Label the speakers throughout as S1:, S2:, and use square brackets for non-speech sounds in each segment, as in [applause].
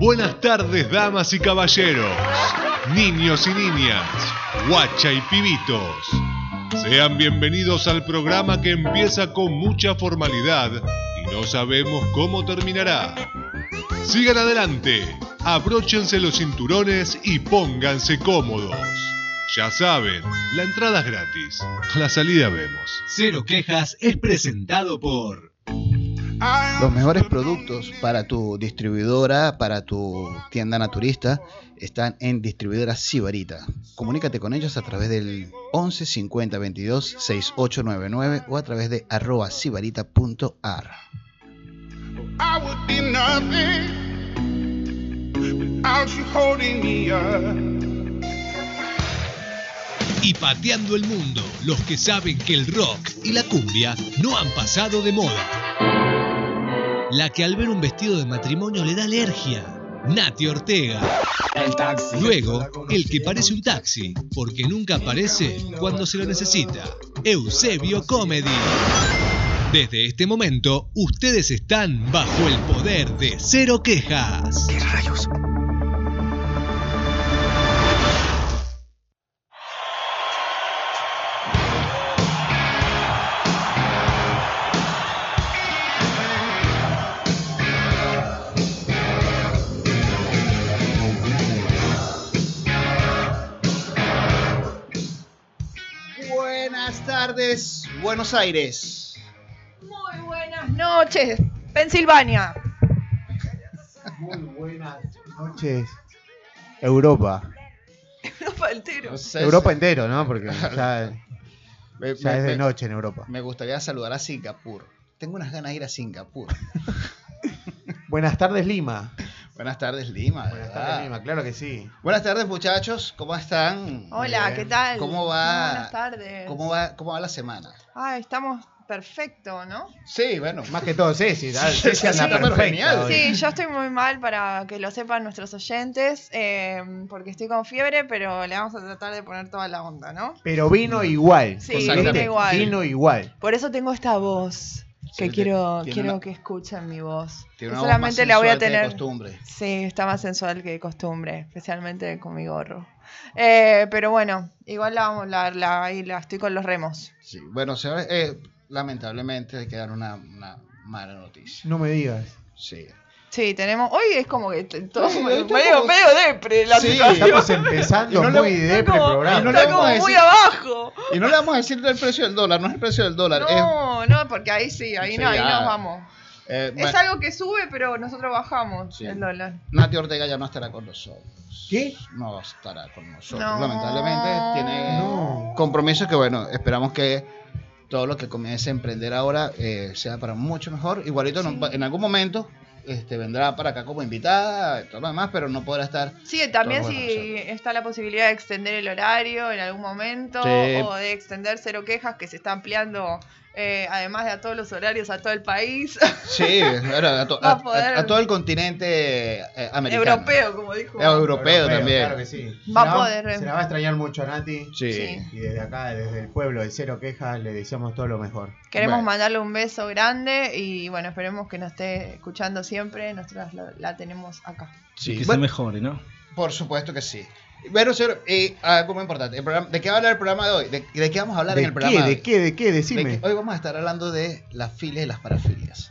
S1: Buenas tardes, damas y caballeros, niños y niñas, guacha y pibitos. Sean bienvenidos al programa que empieza con mucha formalidad y no sabemos cómo terminará. Sigan adelante, abróchense los cinturones y pónganse cómodos. Ya saben, la entrada es gratis. A la salida vemos.
S2: Cero Quejas es presentado por
S3: Los mejores productos para tu distribuidora, para tu tienda naturista, están en Distribuidora Sibarita. Comunícate con ellos a través del 11 50 22 6899 o a través de arroba sibarita.ar.
S4: I would be nothing without you holding me up.
S2: Y Pateando el Mundo, los que saben que el rock y la cumbia no han pasado de moda. La que al ver un vestido de matrimonio le da alergia, Nati Ortega. Luego, el que parece un taxi, porque nunca aparece cuando se lo necesita, Eusebio Comedy. Desde este momento, ustedes están bajo el poder de Cero Quejas.
S3: Buenas tardes, Buenos Aires.
S5: Muy buenas noches, Pensilvania.
S6: Muy buenas noches, Europa.
S5: Europa entero.
S3: No sé,
S6: Europa
S3: sí.
S6: entero,
S3: [laughs]
S6: ¿no? Porque ya,
S3: Me-
S6: ya
S3: me-
S6: es de
S3: me-
S6: noche en Europa.
S3: Me gustaría saludar a Singapur. Tengo unas ganas de ir a Singapur.
S6: Buenas tardes, Lima.
S3: Buenas tardes, Lima.
S6: Buenas
S3: ¿verdad?
S6: tardes, Lima, claro que sí.
S3: Buenas tardes, muchachos. ¿Cómo están?
S5: Hola,
S6: Bien.
S5: ¿qué tal?
S3: ¿Cómo va?
S5: Buenas tardes.
S3: ¿Cómo va, ¿Cómo va la semana?
S5: Ah, estamos perfecto, ¿no?
S3: Sí, bueno.
S6: Más que
S3: [laughs]
S6: todo, Ceci. ¿no?
S3: Sí,
S6: Ceci anda
S3: sí, pero
S6: perfecta
S3: genial.
S6: hoy.
S5: Sí, yo estoy muy mal para que lo sepan nuestros oyentes, eh, porque estoy con fiebre, pero le vamos a tratar de poner toda la onda, ¿no?
S6: Pero vino igual.
S5: Sí,
S6: ¿viste?
S3: vino
S5: igual.
S6: Vino igual.
S5: Por eso tengo esta voz, que
S3: Sí,
S5: quiero,
S3: tiene
S5: quiero
S3: una-
S5: que escuchen mi voz.
S3: Tiene
S5: Que
S3: una voz más
S5: solamente la voy a
S3: sensual que de
S5: tener.
S3: costumbre.
S5: Sí, está más sensual que de costumbre, especialmente con mi gorro. Eh, pero bueno, igual la vamos, la, la, ahí la estoy con los remos.
S3: Sí, Bueno, señores, eh, lamentablemente hay que dar una, una mala noticia.
S6: No me digas.
S3: Sí.
S5: Sí, tenemos. Hoy es como que t- todo
S3: Sí, hoy
S5: medio,
S3: está
S5: medio,
S3: como-
S5: medio depre la
S3: Sí,
S5: situación.
S6: Estamos
S3: Y [laughs]
S6: empezando
S3: no le-
S6: muy de
S5: está como,
S6: programa.
S3: y no le
S5: está
S3: vamos
S5: como
S3: a
S5: muy
S3: decir-
S5: abajo.
S3: Y no le vamos a decir el precio del dólar, no es el precio del dólar. es-
S5: No, no, porque ahí sí, ahí
S3: Sí,
S5: no, ahí
S3: ya.
S5: nos vamos.
S3: eh,
S5: Es
S3: bueno,
S5: algo que sube, pero nosotros bajamos
S3: Sí.
S5: el dólar.
S3: Nati Ortega ya no estará con nosotros.
S6: ¿Qué?
S3: No estará con nosotros.
S5: No.
S3: Lamentablemente tiene
S6: No.
S3: compromisos que, bueno, esperamos que todo lo que comience a emprender ahora eh, sea para mucho mejor. Igualito, no- en algún momento este, vendrá para acá como invitada, y todo lo demás, pero no podrá estar.
S5: Sí, también
S3: Todo bueno,
S5: si está la posibilidad de extender el horario en algún momento
S3: Sí.
S5: o de extender cero quejas que se está ampliando, eh, además de a todos los horarios, a todo el país [laughs]
S3: Sí, bueno, a, to-
S5: Va a
S3: a-
S5: poder-
S3: a todo el continente eh, americano.
S5: europeo, como dijo.
S3: Eh, europeo también. eh.
S6: Claro que sí.
S5: Va a
S6: Se la
S5: poder.
S6: Se la va a extrañar mucho a Nati.
S3: Sí.
S5: Sí.
S6: Y desde acá, desde el pueblo de Cero Quejas, le deseamos todo lo mejor.
S5: Queremos
S3: Bueno.
S5: mandarle un beso grande y bueno, esperemos que nos esté escuchando siempre. Nosotras lo- la tenemos acá.
S3: Sí.
S7: que se
S3: Bueno,
S7: mejore, ¿no?
S3: por supuesto que sí. Pero, señor, eh, algo muy importante. el programa- ¿De qué va a hablar el programa de hoy? ¿De, de qué vamos a hablar
S6: ¿De
S3: en el programa?
S6: qué?
S3: de
S6: ¿De
S3: hoy?
S6: qué? ¿De qué?
S3: De
S6: Decime.
S3: que- hoy vamos a estar hablando de las filias y las parafilias.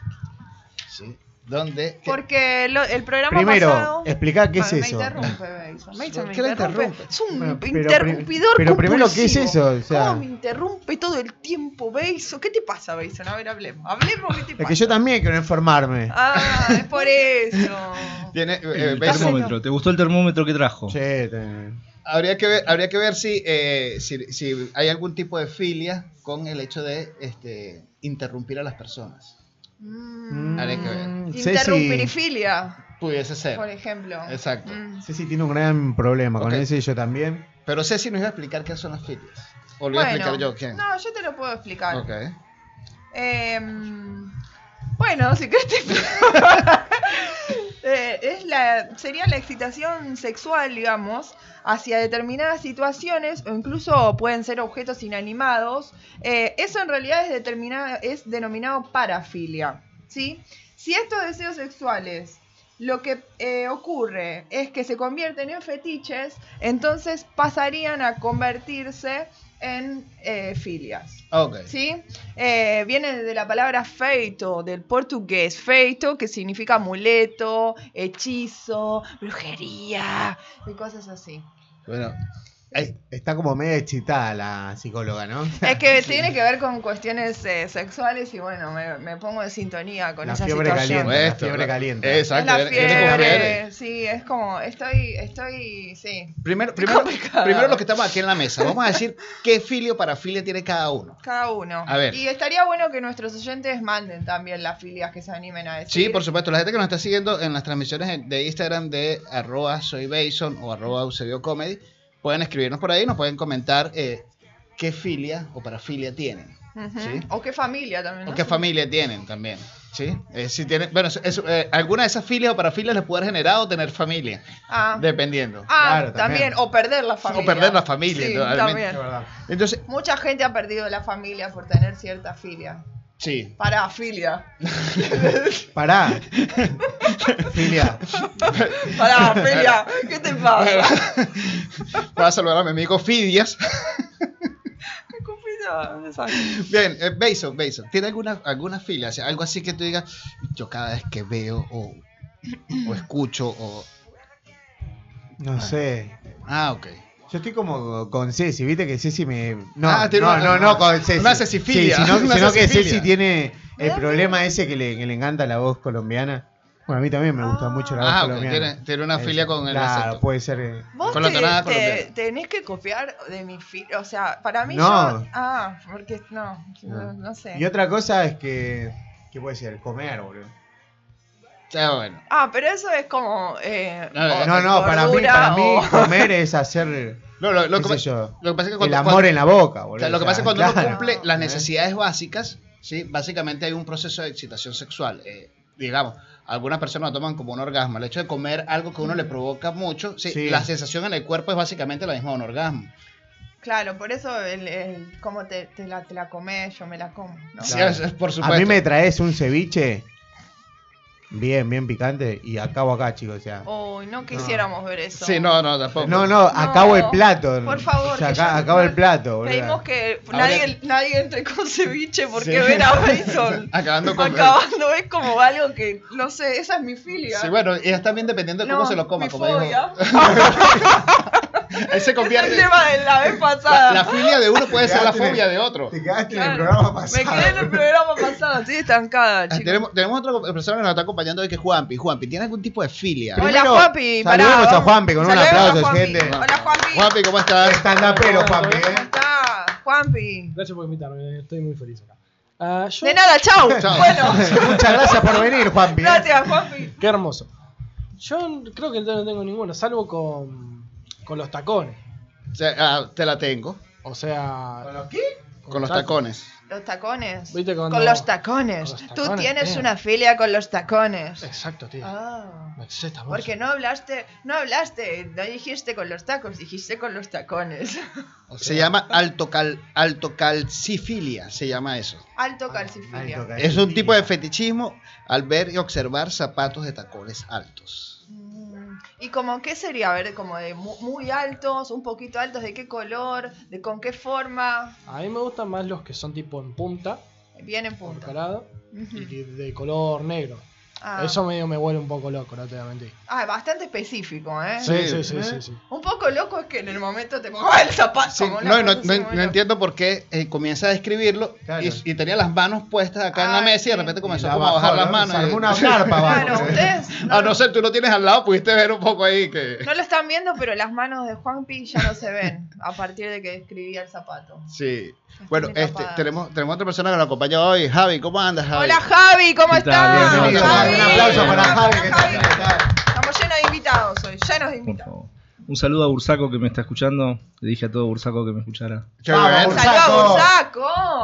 S3: ¿Sí? Donde.
S5: Porque lo- el programa
S6: Primero,
S5: pasado.
S6: explica qué
S5: Ah,
S6: es
S5: me
S6: eso.
S5: interrumpe, Mason. Mason,
S3: ¿Por
S5: me
S3: qué la
S5: interrumpe.
S3: interrumpe?
S5: Es un
S6: Bueno, pero
S5: interrumpidor
S6: prim- pero primero, ¿qué es
S5: compulsivo.
S6: eso? O sea-
S5: ¿Cómo me interrumpe todo el tiempo, Mason? ¿Qué te pasa, Mason? A ver, hablemos. Hablemos, ¿qué te
S6: Es
S5: pasa?
S6: que yo también quiero enfermarme.
S5: Ah, es por eso.
S3: Tiene, eh,
S7: El
S3: ves-
S5: termo-
S7: termómetro, ¿te gustó el termómetro que trajo?
S6: Che, te-
S3: habría que ver, habría que ver si, eh, si, si hay algún tipo de filia con el hecho de este, interrumpir a las personas.
S5: Mm.
S3: Habría que ver.
S6: Mm, Ceci,
S5: Interrumpirifilia,
S3: Pudiese ser.
S5: por e- ejemplo.
S3: Exacto.
S5: Mm.
S6: Ceci tiene un gran problema con
S3: Ok.
S6: eso y yo también.
S3: Pero Ceci nos iba a explicar qué son las filias. O lo iba a explicar yo, ¿quién?
S5: No, yo te lo puedo explicar.
S3: Ok.
S5: Em, bueno, si querés te [laughs] Eh, es la, sería la excitación sexual, digamos, hacia determinadas situaciones o incluso pueden ser objetos inanimados. Eh, eso en realidad es, determina- es denominado parafilia. ¿sí? Si estos deseos sexuales lo que eh, ocurre es que se convierten en fetiches, entonces pasarían a convertirse en eh, filias.
S3: Ah, ok.
S5: ¿Sí? Eh, viene de la palabra feito, del portugués feito, que significa amuleto, hechizo, brujería y
S3: [laughs]
S5: cosas así.
S3: Bueno,
S6: Ay, Está como medio excitada la psicóloga, ¿no?
S5: Es que tiene que ver con cuestiones eh, sexuales y bueno, me, me pongo en sintonía con
S6: La
S5: esa
S6: fiebre
S5: situación.
S6: caliente. la
S3: esto,
S6: fiebre
S3: la-
S6: caliente.
S5: Es
S3: Exacto.
S5: la
S3: tiene que ver-
S5: fiebre, sí, es como, estoy, estoy, sí,
S3: Primero, primero,
S5: complicado.
S3: primero los que estamos aquí en la mesa. Vamos a decir qué filio para filia tiene cada uno.
S5: cada uno.
S3: A ver.
S5: Y estaría bueno que nuestros oyentes manden también las filias que se animen a decir.
S3: Sí, por supuesto. La gente que nos está siguiendo en las transmisiones de Instagram de arroba soy Bason o arroba Eusebio Comedy, pueden escribirnos por ahí, nos pueden comentar eh, qué filia o parafilia tienen.
S5: Ujú.
S3: sí.
S5: O qué familia también.
S3: O
S5: ¿no?
S3: qué familia tienen también. ¿Sí? Eh, si tienen, bueno, eso- eso, eh, alguna de esas filias o parafilias les puede haber generado tener familia,
S5: Ah,
S3: dependiendo.
S5: Ah,
S6: Claro,
S5: también.
S6: también.
S5: O perder la familia.
S3: O perder la familia,
S5: Sí,
S3: totalmente.
S6: Es
S5: también.
S6: verdad.
S3: Entonces,
S5: Mucha gente ha perdido la familia por tener cierta filia.
S3: sí.
S5: Para filia.
S6: Pará.
S3: [laughs]
S6: Filia.
S5: Para filia. ¿Qué te
S3: [laughs]
S5: pasa?
S3: Voy a saludar a mi amigo Fidias. [laughs]
S5: Me confundí, me saqué.
S3: Bien, eh, Bason, Bason, ¿tiene alguna, alguna filia? O sea, algo así que tú digas, yo cada vez que veo o, o escucho o...
S6: No sé.
S3: Ah, ok.
S6: Yo estoy como con Ceci, viste que Ceci me. No,
S3: Ah, tiene
S6: no,
S3: una-
S6: no, no, con Ceci.
S3: una cecifilia.
S6: Sí, sino,
S3: Una
S6: sino que
S3: cecifilia.
S6: Ceci tiene
S5: Me
S6: el
S5: da
S6: problema ese que le, que le encanta la voz colombiana. Bueno, a mí también me gusta
S5: Ah.
S6: mucho la voz
S3: Ah, ok.
S6: colombiana.
S3: Tiene, tiene una
S6: Eso.
S3: filia con el
S6: Claro,
S3: acento.
S6: puede ser. eh.
S5: Vos
S3: Con la
S5: te-
S3: tonada
S5: te-
S3: colombiana.
S5: tenés que copiar de mi filia. O sea, para mí
S6: No.
S5: yo. Ah, porque no. No,
S6: No.
S5: no sé.
S6: Y otra cosa es que. ¿Qué puede ser? Comer, boludo.
S3: Ya, bueno.
S5: Ah, pero eso es como. eh,
S3: No,
S5: o-
S6: No, no, para mí,
S5: gordura
S6: para mí
S5: o-
S6: comer es hacer.
S3: No, [laughs] lo, lo
S6: qué
S3: que, pa-
S6: sé yo,
S3: lo que pasa es que
S6: el
S3: cuando,
S6: amor
S3: cuando-
S6: en la boca,
S3: o
S6: boludo.
S3: sea, lo que
S6: O sea,
S3: pasa es cuando
S6: claro.
S3: uno cumple las
S6: ¿Eh?
S3: necesidades básicas, ¿sí? Básicamente hay un proceso de excitación sexual. eh, digamos, algunas personas lo toman como un orgasmo. El hecho de comer algo que a uno le provoca mucho, ¿sí?
S6: Mm. Sí.
S3: la sensación en el cuerpo es básicamente la misma de un orgasmo.
S5: Claro, por eso el, el- cómo te, te la, te la comes, yo me la como. ¿no?
S3: Sí,
S6: Claro.
S3: es- es por
S6: A
S3: supuesto.
S6: mí me traes un ceviche bien, bien picante y acabo acá, chicos. O sea,
S5: Uy, no quisiéramos ver eso.
S3: Sí, no, no, tampoco.
S6: no, no, acabo el plato.
S5: Por favor,
S6: O sea,
S5: que
S6: acá-
S5: ya-
S6: acabo el plato, boludo.
S5: Pedimos que
S3: Ahora-
S5: nadie, nadie entre con ceviche porque
S3: Sí.
S5: ver a Mason
S3: [laughs] Acabando con...
S5: acabando es como algo que, no sé, esa es mi filia.
S3: Sí, bueno, y es también dependiendo de cómo
S5: No,
S3: se lo coma,
S5: mi
S3: como dijo. [laughs]
S5: [laughs] fobia. [laughs]
S3: Ahí se
S5: Es el
S3: convierte...
S5: tema de la vez
S3: La,
S5: pasada.
S3: la filia de uno puede ser la
S6: Quedaste en el-
S3: fobia de otro.
S6: Te quedaste en el
S5: Claro.
S6: programa pasado.
S5: Me quedé en el programa pasado, estoy estancada,
S3: Ah,
S5: chicos.
S3: Tenemos, tenemos otra persona que nos está acompañando hoy que es Juanpi. Juanpi, ¿tiene algún tipo de filia?
S5: Hola, Juanpi. pará,
S6: saludemos a
S5: vamos.
S6: Juanpi con un
S5: Saludemos a
S6: aplauso,
S5: Juanpi.
S6: gente.
S5: Hola, Juanpi.
S3: Juanpi, ¿cómo estás?
S6: Estandapero, Juanpi,
S5: ¿Cómo
S6: ¿eh?
S5: estás? Juanpi.
S8: Gracias por invitarme, estoy muy feliz acá. Ah, yo-
S5: De nada, chau.
S3: Chau. [laughs]
S5: Bueno,
S6: eh. Muchas gracias por venir, Juanpi. ¿eh?
S5: gracias, Juanpi.
S8: Qué hermoso. Yo n- creo que no tengo ninguno, salvo con, con los tacones.
S3: O sea, ah, te la tengo.
S8: O sea.
S6: ¿Con los qué?
S3: Con los tacones.
S5: Los tacones.
S8: Viste cuando-
S5: Con los tacones.
S8: Con los
S5: Tú
S8: tacones, Eh.
S5: tienes
S8: tío.
S5: una filia con los tacones.
S8: Exacto, tío.
S5: Ah.
S8: Me excita mucho.
S5: Porque no hablaste, no hablaste, no dijiste con los tacos, dijiste con los tacones. [laughs]
S3: Se llama alto cal, altocalcifilia, se llama eso.
S5: Alto calcifilia.
S6: Alto
S3: Es un tipo de fetichismo al ver y observar zapatos de tacones altos.
S5: Mm. ¿Y como qué sería? A ver, como de mu- muy altos, un poquito altos, ¿de qué color? ¿De con qué forma?
S8: A mí me gustan más los que son tipo en punta,
S5: Bien en
S8: por
S5: punta.
S8: calado,
S5: Ujú.
S8: y que- de color negro.
S5: Ah.
S8: Eso medio me vuelve un poco loco, no te voy a mentir.
S5: Ah, bastante específico, ¿eh?
S8: Sí, sí, sí,
S6: ¿eh?
S8: sí. sí.
S5: Un poco loco es que en el momento te pongo el zapato.
S3: Sí,
S5: como una
S3: no, y no,
S5: cosa así,
S3: no-
S5: como
S3: no
S5: loco.
S3: entiendo por qué eh, comienza a describirlo
S6: Claro.
S3: y, y tenía las manos puestas acá en la
S5: Ah,
S3: mesa y de
S5: sí.
S3: repente
S6: Y
S3: comenzó
S6: la
S3: como a
S6: bajó,
S3: bajar las
S6: ¿no?
S3: manos. [laughs]
S6: Sacó
S3: y-
S6: una carpa,
S8: [laughs]
S6: abajo.
S5: Claro, ustedes.
S8: Ah,
S3: A Ah, no ser tú lo tienes al lado, pudiste ver un poco ahí que...
S5: No lo están viendo, pero las manos de Juanpi ya no se ven a partir de que escribía el zapato.
S3: Sí. Bueno,
S5: bien
S3: este,
S5: tapadas.
S3: tenemos, tenemos otra persona que nos acompaña hoy. Javi, ¿cómo andas, Javi? [laughs]
S5: Hola Javi, ¿cómo
S7: ¿Qué tal?
S5: estás?
S6: Bienvenido,
S5: Javi.
S6: un aplauso para
S5: Hola,
S6: Javi que también está.
S5: Estamos llenos de invitados hoy, llenos de
S7: Por
S5: invitados.
S7: favor. Un saludo a Bursaco que me está escuchando. Le dije a todo Bursaco que me escuchara.
S3: Qué
S6: Vamos,
S3: bueno.
S6: Bursaco.
S5: ¡Saludos,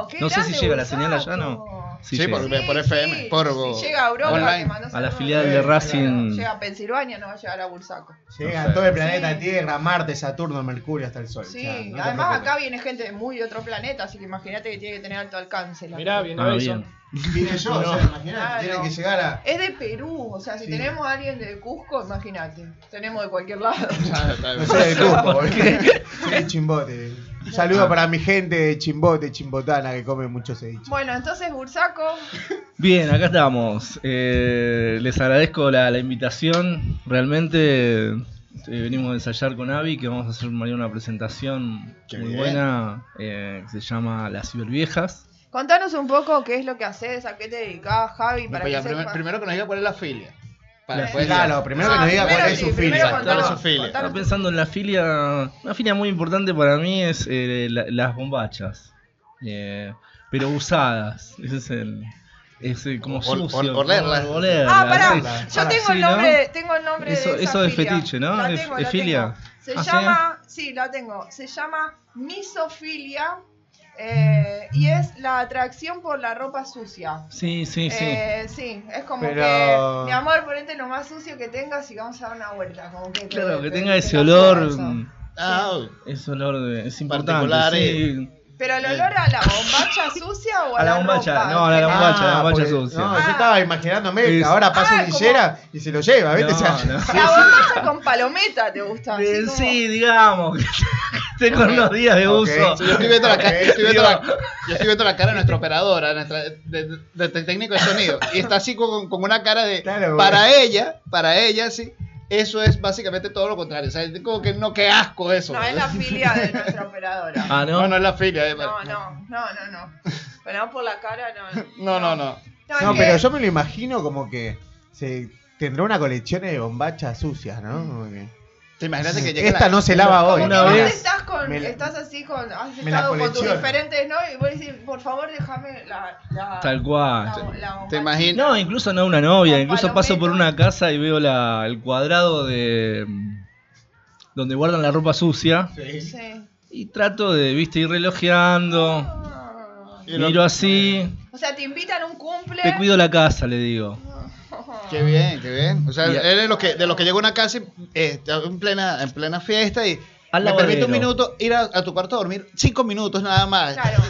S5: No, qué
S7: No sé si
S5: grande,
S7: llega la
S5: Gustavo.
S7: señal allá, ¿no?
S3: Sí, por,
S5: Sí,
S3: por FM,
S5: sí.
S3: por
S5: Si llega a Europa, te
S3: online.
S5: mandó
S7: A la
S5: saludos.
S7: filial de Racing.
S5: Llega a Pensilvania, no va a llegar a Bursaco.
S6: Llega
S7: Perfecto.
S6: todo el planeta
S5: Sí.
S6: Tierra, Marte, Saturno, Mercurio hasta el Sol.
S5: Sí,
S6: Ya, no te
S5: además
S6: preocupes.
S5: acá viene gente de muy de otro planeta, así que imagínate que tiene que tener alto alcance. la
S8: Mirá,
S5: cosa.
S8: bien,
S7: Ah,
S8: eso.
S7: bien.
S6: Vine yo, o sea, imagínate,
S5: Claro.
S6: tiene que llegar a.
S5: Es de Perú, o sea, si
S6: Sí.
S5: tenemos a alguien de Cusco, imagínate. Tenemos de cualquier lado. [laughs]
S3: Ah,
S6: No sé de Cusco, porque soy de Chimbote. Un saludo para mi gente de Chimbote, Chimbotana, que come mucho ceviche.
S5: Bueno, entonces Bursaco,
S7: Bien, acá estamos. Eh, les agradezco la, la invitación. Realmente eh, venimos a ensayar con Avi, que vamos a hacer mañana una presentación
S3: Qué
S7: muy
S3: bien.
S7: buena, eh, que se llama Las Ciberviejas.
S5: contanos un poco qué es lo que haces, a qué te dedicás, Javi, para
S3: Oye,
S5: que
S3: prim-
S5: sepa.
S3: primero que nos diga cuál es la filia.
S5: Sí.
S3: Para después
S6: Claro,
S3: ya.
S6: primero
S5: Ah,
S6: que nos diga
S5: primero
S6: cuál es
S5: sí,
S6: su
S5: primero
S6: filia.
S5: contanos,
S3: ¿Cuál es su filia?
S5: contanos.
S7: Estaba pensando en la filia, una filia muy importante para mí es eh, la- las bombachas, eh, pero usadas. Ese es el. Es el- como
S3: Ol-
S7: sucio.
S3: ol- olerlas.
S7: como olerlas,
S5: Ah, pará,
S7: sí.
S5: yo
S6: pará,
S5: tengo
S7: sí,
S5: el
S7: ¿no?
S5: nombre, tengo el nombre
S7: Eso-
S5: de esa
S7: eso es
S5: filia.
S7: fetiche, ¿no?
S5: La
S7: Es-
S5: tengo,
S7: es
S5: la
S7: filia.
S5: tengo. Se
S7: Ah, ¿sí?
S5: llama, sí, la tengo, se llama misofilia eh, y es la atracción por la ropa sucia.
S7: Sí, sí, sí.
S5: Eh, sí, es como
S6: Pero-
S5: que, mi amor, ponete lo más sucio que tengas y vamos a dar una vuelta. Como que,
S7: claro,
S5: que-
S7: que tenga ese
S5: no
S7: olor. mm,
S5: sea eh, eso.
S3: Ah, uy.
S7: Ese olor de- es
S3: Particular,
S7: importante. Sí.
S5: Pero el olor a la bombacha sucia o a,
S7: eh. A la bombacha,
S5: ropa?
S7: no, a la
S5: Que-
S7: bombacha. la
S6: porque-
S7: sucia.
S6: No,
S5: Ah.
S6: yo estaba imaginándome que
S7: Es-
S6: ahora pasa
S5: Ah,
S6: un lillera y se lo lleva, ¿viste?
S7: No,
S6: O sea,
S7: no.
S5: La bombacha con palometa te gusta. así
S7: Eh,
S5: como-
S7: sí, digamos. [laughs] que Tengo unos días de
S6: Ok.
S7: uso.
S3: Sí, yo estoy viendo la cara, yo estoy viendo
S7: Digo.
S3: la, yo estoy viendo la cara de nuestra operadora, nuestra, de, de- de- de técnico de sonido, y está así con, con una cara de,
S6: Claro,
S3: para ella, para ella sí, eso es básicamente todo lo contrario, o sea, es como que no, qué asco eso.
S5: No, es la filia de nuestra operadora.
S7: Ah,
S3: no,
S7: no.
S3: no es la filia, eh,
S5: No, no, no, no, no. Pero por la cara, no.
S3: no, no, no.
S5: es
S6: No,
S5: que-
S6: pero yo me lo imagino como que se tendrá una colección de bombachas sucias, ¿no? Como que-
S3: Te imaginaste que llegue
S6: Esta
S3: la-
S6: no se lava
S5: como
S6: hoy.
S5: que
S7: Una
S5: vos
S7: vez-
S5: estás, con,
S6: me la-
S5: estás así con. Has
S6: me la
S5: estado con tus
S6: colecciono.
S5: diferentes, ¿no? Y vos decís, por favor, déjame la. la
S7: Tal
S5: la-
S7: cual.
S5: la bombacha.
S3: Te imaginas.
S7: No, incluso no una novia.
S5: Con
S7: Incluso paso por
S5: palomitas.
S7: una casa y veo la, el cuadrado de. mm, donde guardan la ropa sucia.
S5: Sí.
S7: Y trato de, viste, ir relojeando.
S5: Ah.
S3: Y lo-
S7: Miro así.
S5: O sea, te invitan a un cumple.
S7: Te cuido la casa, le digo.
S3: Qué bien, qué bien. O sea,
S7: Y-
S3: él es lo que, de los que llega a una casa y, eh, está en plena, en plena fiesta y
S7: Al
S3: me permite un
S7: lavadero.
S3: minuto ir a, a tu cuarto a dormir cinco minutos nada más.
S5: Claro.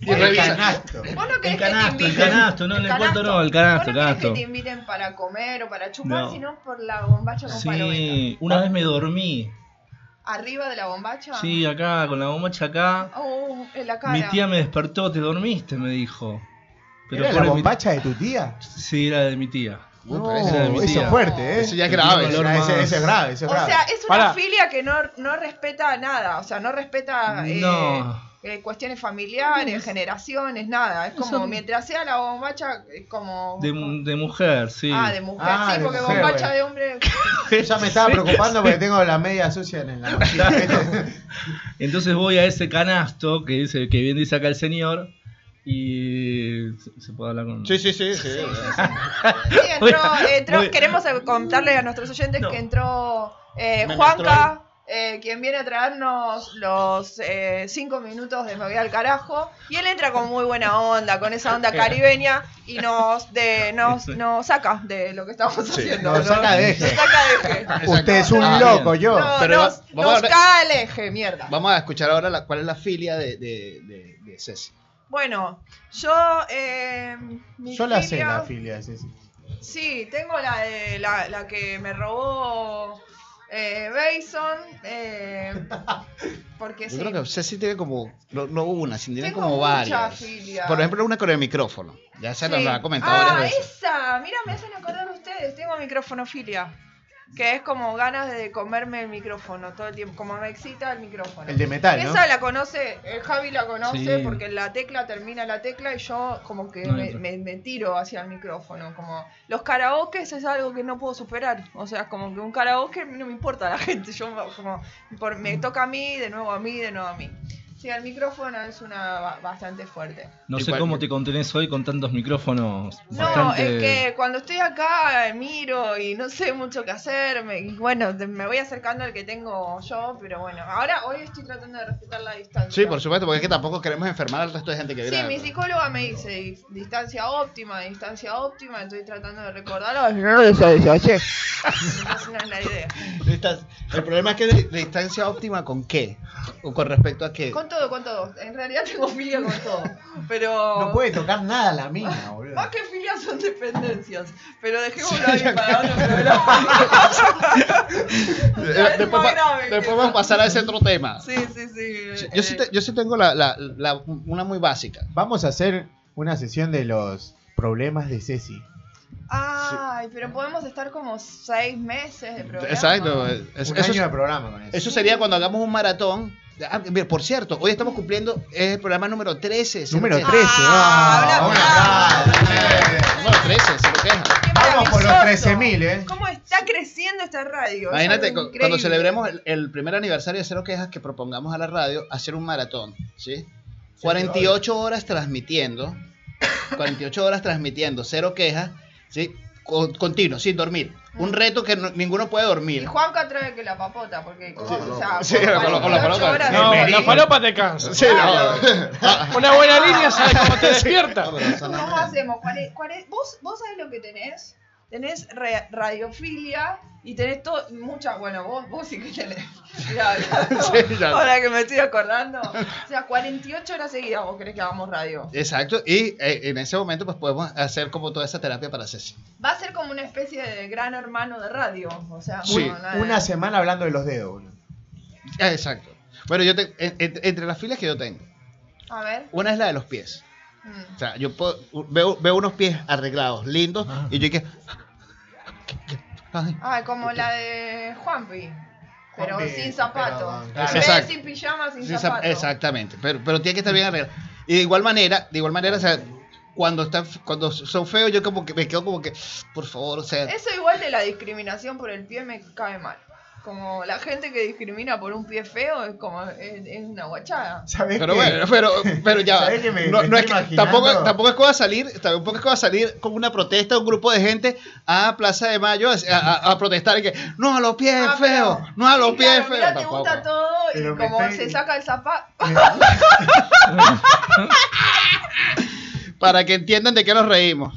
S3: Y,
S5: Bueno,
S3: revisa.
S6: Canasto.
S5: Vos no querés que
S7: El canasto,
S5: te
S7: el
S5: inviten.
S7: canasto, no, en el cuarto no, el
S5: Vos no
S7: canasto, el
S5: querés
S7: canasto.
S5: que te inviten para comer o para chupar,
S7: No.
S5: sino por la bombacha con palometa.
S7: Sí, una vez me dormí.
S5: Arriba de la bombacha.
S7: Sí, acá, con la bombacha acá.
S5: Oh, en la cara.
S7: Mi tía me despertó, te dormiste, me dijo.
S6: ¿Era
S7: por
S6: la
S7: mi-
S6: bombacha de tu tía?
S7: Sí, era de mi tía.
S3: Uy,
S6: No,
S3: pero ese-
S7: esa era de mi
S6: eso
S7: tía.
S6: es fuerte, ¿eh?
S3: Eso ya es
S7: Tenía
S3: grave.
S7: un
S6: Ese-
S7: olor más-
S6: ese, ese es grave, ese es
S5: O
S6: grave.
S5: sea, es una
S6: [laughs]
S8: Pará.
S5: filia que no, no respeta nada, o sea, no respeta eh,
S7: No.
S5: eh, cuestiones familiares, generaciones, nada. Es como,
S7: Eso-
S5: mientras sea la bombacha, es como...
S7: De, mu- de mujer, sí.
S5: Ah, de mujer,
S6: Ah,
S5: sí,
S6: de
S5: porque
S6: mujer,
S5: bombacha
S6: bueno.
S5: de hombre...
S6: Ya me estaba preocupando porque tengo la media sucia en la mochila. ¿viste?
S7: Entonces voy a ese canasto que dice, que bien dice acá el señor. Y. ¿Se se puede hablar con.?
S3: Sí, sí, sí. sí.
S5: Sí,
S3: [laughs]
S5: entró,
S7: Voy a-
S5: entró-
S7: voy-
S5: queremos contarle a nuestros oyentes
S7: No.
S5: que entró eh,
S3: Me
S5: Juanca, eh, quien viene a traernos los eh, cinco minutos de Me voy al carajo. Y él entra con muy buena onda, con esa
S3: Eh.
S5: onda caribeña, y
S3: [laughs]
S5: nos, de, nos, nos saca de lo que estamos haciendo.
S6: nos saca de eje.
S5: Nos saca de
S3: [laughs]
S5: eje.
S6: Usted es un
S3: Ah,
S6: loco,
S7: bien.
S6: yo.
S5: No,
S3: Pero va-
S5: nos,
S3: vamos a
S5: nos
S3: ver-
S5: cae el eje, mierda.
S3: Vamos a escuchar ahora la- cuál es la filia de, de, de, de Ceci.
S5: Bueno, yo... eh, mi
S6: Yo la sé,
S5: filia-
S6: la filia, sí, sí.
S5: Sí, tengo la de la, la que me robó eh, Bason. eh, porque
S3: Yo
S5: sí.
S3: creo que Ceci tiene como, no, no una, sino tiene
S5: Tengo
S3: como
S5: mucha
S3: varias.
S5: filia.
S3: Por ejemplo, una con el micrófono. Ya se lo
S5: Sí.
S3: ha comentado varias
S5: Ah,
S3: veces.
S5: esa. Mira, me hacen acordar ustedes. Tengo microfonofilia. Que es como ganas de comerme el micrófono todo el tiempo. Como me excita el micrófono.
S6: El de metal, ¿no?
S5: Esa la conoce, eh, Javi la conoce
S7: Sí.
S5: porque la tecla termina la tecla y yo como que
S7: No,
S5: me,
S7: entra.
S5: me- me tiro hacia el micrófono. Como los karaokes es algo que no puedo superar. O sea, como que un [laughs] karaoke no me importa la gente. Yo como por- me toca a mí, de nuevo a mí, de nuevo a mí. Sí, el micrófono es una ba- bastante fuerte.
S7: No sé
S3: Igual-
S7: cómo te contenés hoy con tantos micrófonos.
S5: No,
S7: bastante...
S5: es que cuando estoy acá eh, miro y no sé mucho qué hacer. me- y bueno, te- me voy acercando al que tengo yo, pero bueno, ahora hoy estoy tratando de respetar la distancia.
S3: Sí, por supuesto, porque es que tampoco queremos enfermar al resto de gente que
S5: Sí,
S3: graba.
S5: mi psicóloga me dice "Dis- distancia óptima, distancia óptima, estoy tratando de recordarlo. pero No lo sabes, oye. No es la idea.
S3: Estás- El problema es que de, de distancia óptima con qué? ¿O con respecto a qué?
S5: Con todo, con todo. En realidad tengo filia con todo. Pero.
S6: No puede tocar nada la mina, boludo.
S5: Más que filias son dependencias. Pero dejémoslo ahí para otro programa.
S3: Eh,
S5: O sea, es
S3: después,
S5: muy
S3: va-
S5: grave que-
S3: después vamos a pasar a ese otro tema.
S5: Sí, sí, sí.
S3: Yo, sí
S5: eh,
S3: te- yo sí tengo la, la- la- una muy básica.
S6: Vamos a hacer una sesión de los problemas de Ceci.
S5: Ay, pero podemos estar como seis meses de programa.
S3: Exacto. eh, es-
S6: un
S3: eso,
S6: año de programa con eso.
S3: eso sería cuando hagamos un maratón. Ah, mira, por cierto, hoy estamos cumpliendo es el programa número 13. si no
S6: Número
S3: que-
S6: 13.
S5: Ah,
S6: vamos,
S5: habla-
S6: vamos,
S3: Ah, Número 13, se lo queja.
S5: Qué
S6: Vamos por los
S5: maravilloso.
S6: 13.000, ¿eh?
S5: ¿Cómo está creciendo esta radio? Es
S3: Imagínate,
S5: algo
S3: cu- cuando
S5: increíble.
S3: celebremos el, el primer aniversario de Cero Quejas que propongamos a la radio, hacer un maratón, ¿sí? 48 horas transmitiendo, 48 horas transmitiendo Cero Quejas, ¿sí? Con- continuo, sin dormir.
S5: Ah.
S3: Un reto que no- ninguno puede
S5: Y
S3: dormir.
S5: Juanca trae que la papota, porque como o sea,
S3: Sí,
S5: por
S3: o la- o la
S5: 48
S3: palota.
S5: horas de-
S8: No,
S6: Bienvenido.
S8: la falopa te cansa.
S3: Sí, no.
S8: Una buena línea sabes cómo
S5: [laughs]
S8: te despierta.
S5: ¿Cómo hacemos? ¿Cuál es- cuál es- ¿Vos, ¿Vos sabés lo que tenés? Tenés re- radiofilia y tenés todo, muchas, bueno, vos, vos sí que
S3: [laughs]
S5: tenés. Mirá,
S3: Sí, ya.
S5: ahora que me estoy acordando. O sea, 48 horas seguidas vos querés que hagamos radio.
S3: Exacto, y eh, en ese momento pues podemos hacer como toda esa terapia para Ceci.
S5: Va a ser como una especie de gran hermano de radio. O sea,
S3: Sí,
S5: bueno, nada.
S6: Una semana hablando de los dedos, boludo.
S3: Ah, Exacto. Bueno, yo te- en- en- entre las filas que yo tengo,
S5: A ver.
S3: una es la de los pies.
S5: mm.
S3: O sea, yo puedo- veo, veo unos pies arreglados, lindos, y yo que. Ay,
S5: Ah, como la de Juanpi. Pero
S6: Este Juanpi,
S5: sin zapatos.
S6: pero-
S5: Claro.
S3: Exacto.
S5: Sin pijama, sin,
S3: sí, esa-
S5: zapatos.
S3: exactamente, pero, pero tiene que estar bien arreglado. Y de igual manera, de igual manera, o sea, cuando, están, cuando son feos, yo como que me quedo como que, por favor, o sea,
S5: Eso igual de la discriminación por el pie me cae mal. Como la gente que discrimina por un pie feo es como es, es una guachada.
S6: ¿Sabes
S3: Pero
S6: qué?
S3: bueno, [laughs] pero, pero ya. va.
S6: ¿Sabés que me-
S3: no,
S6: me
S3: no es
S6: estoy
S3: que,
S6: imaginando?
S3: tampoco, tampoco es cosa salir, tampoco es cosa salir con una protesta, un grupo de gente a Plaza de Mayo a, a- a protestar y que no a los pies
S5: Ah,
S3: feos,
S5: pero-
S3: no a los
S5: Sí,
S3: pies
S5: claro, mirá,
S3: feos.
S5: te
S3: Tampoco.
S5: gusta todo y
S6: Pero me
S5: como
S6: está-
S5: se saca el zapato. [laughs]
S3: Para que entiendan de qué nos reímos.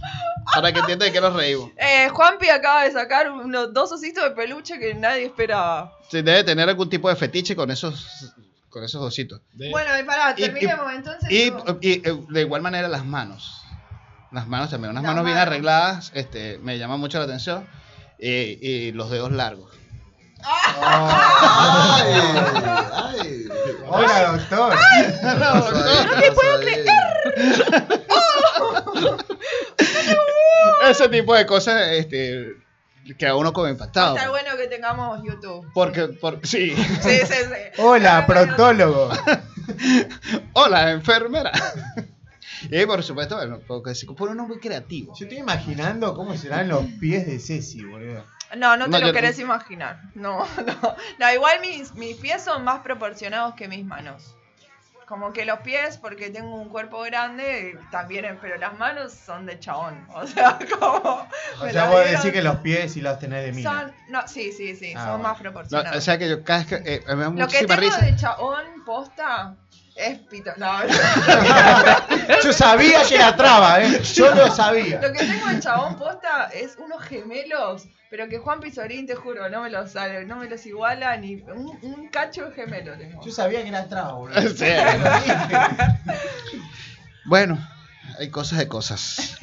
S3: Para que entiendan de qué nos reímos.
S5: Eh, Juanpi acaba de sacar unos dos ositos de peluche que nadie esperaba.
S3: Sí, debe tener algún tipo de fetiche con esos con esos ositos.
S2: De-
S5: Bueno, y pará,
S3: Y- y-
S5: terminemos entonces.
S3: Y,
S5: yo-
S3: y, eh, de igual manera las manos. Las manos también, unas
S5: Las
S3: manos bien
S5: manos.
S3: arregladas, este, me llama mucho la atención. Eh, y los dedos largos.
S9: Ay, ay.
S6: Hola, doctor.
S9: [laughs] No te puedo creer.
S3: Ese tipo de cosas este, que a uno como impactado.
S5: Está bueno que tengamos
S3: [laughs]
S5: YouTube.
S3: Porque, por, sí.
S5: Sí, sí, sí.
S6: Hola,
S5: pronto
S6: proctólogo.
S3: Hola, enfermera. Y por supuesto, bueno, porque se pone uno muy creativo.
S6: Yo estoy imaginando cómo serán los pies de Ceci, boludo.
S5: No, no te
S3: No,
S5: lo
S3: yo-
S5: querés imaginar. No, [laughs] no. No, igual mis, mis pies son más proporcionados que mis manos. Como que los pies, porque tengo un cuerpo grande, también, pero las manos son de chabón. [laughs] O sea, como.
S6: O
S5: me
S6: sea,
S5: las
S6: vos
S5: dieron-
S6: decís que los pies sí los tenés de mina.
S5: Son, no, sí, sí, sí,
S6: Ah,
S5: son
S6: bueno.
S5: más
S3: No,
S5: proporcionados.
S3: o sea que yo cada vez que eh, me da
S5: lo que
S3: muchísima
S5: tengo
S3: risa.
S5: de chabón posta es pito. No, no.
S6: [laughs] Yo sabía que era
S5: [laughs]
S6: traba, ¿eh? Yo lo sabía.
S5: Lo que tengo en chabón posta es unos gemelos, pero que Juan Pizorín, te juro, no me los sale, no me los iguala ni un, un cacho de gemelo tengo.
S6: Yo sabía que era traba,
S3: [laughs]
S6: boludo.
S3: En serio. Bueno, hay cosas de cosas.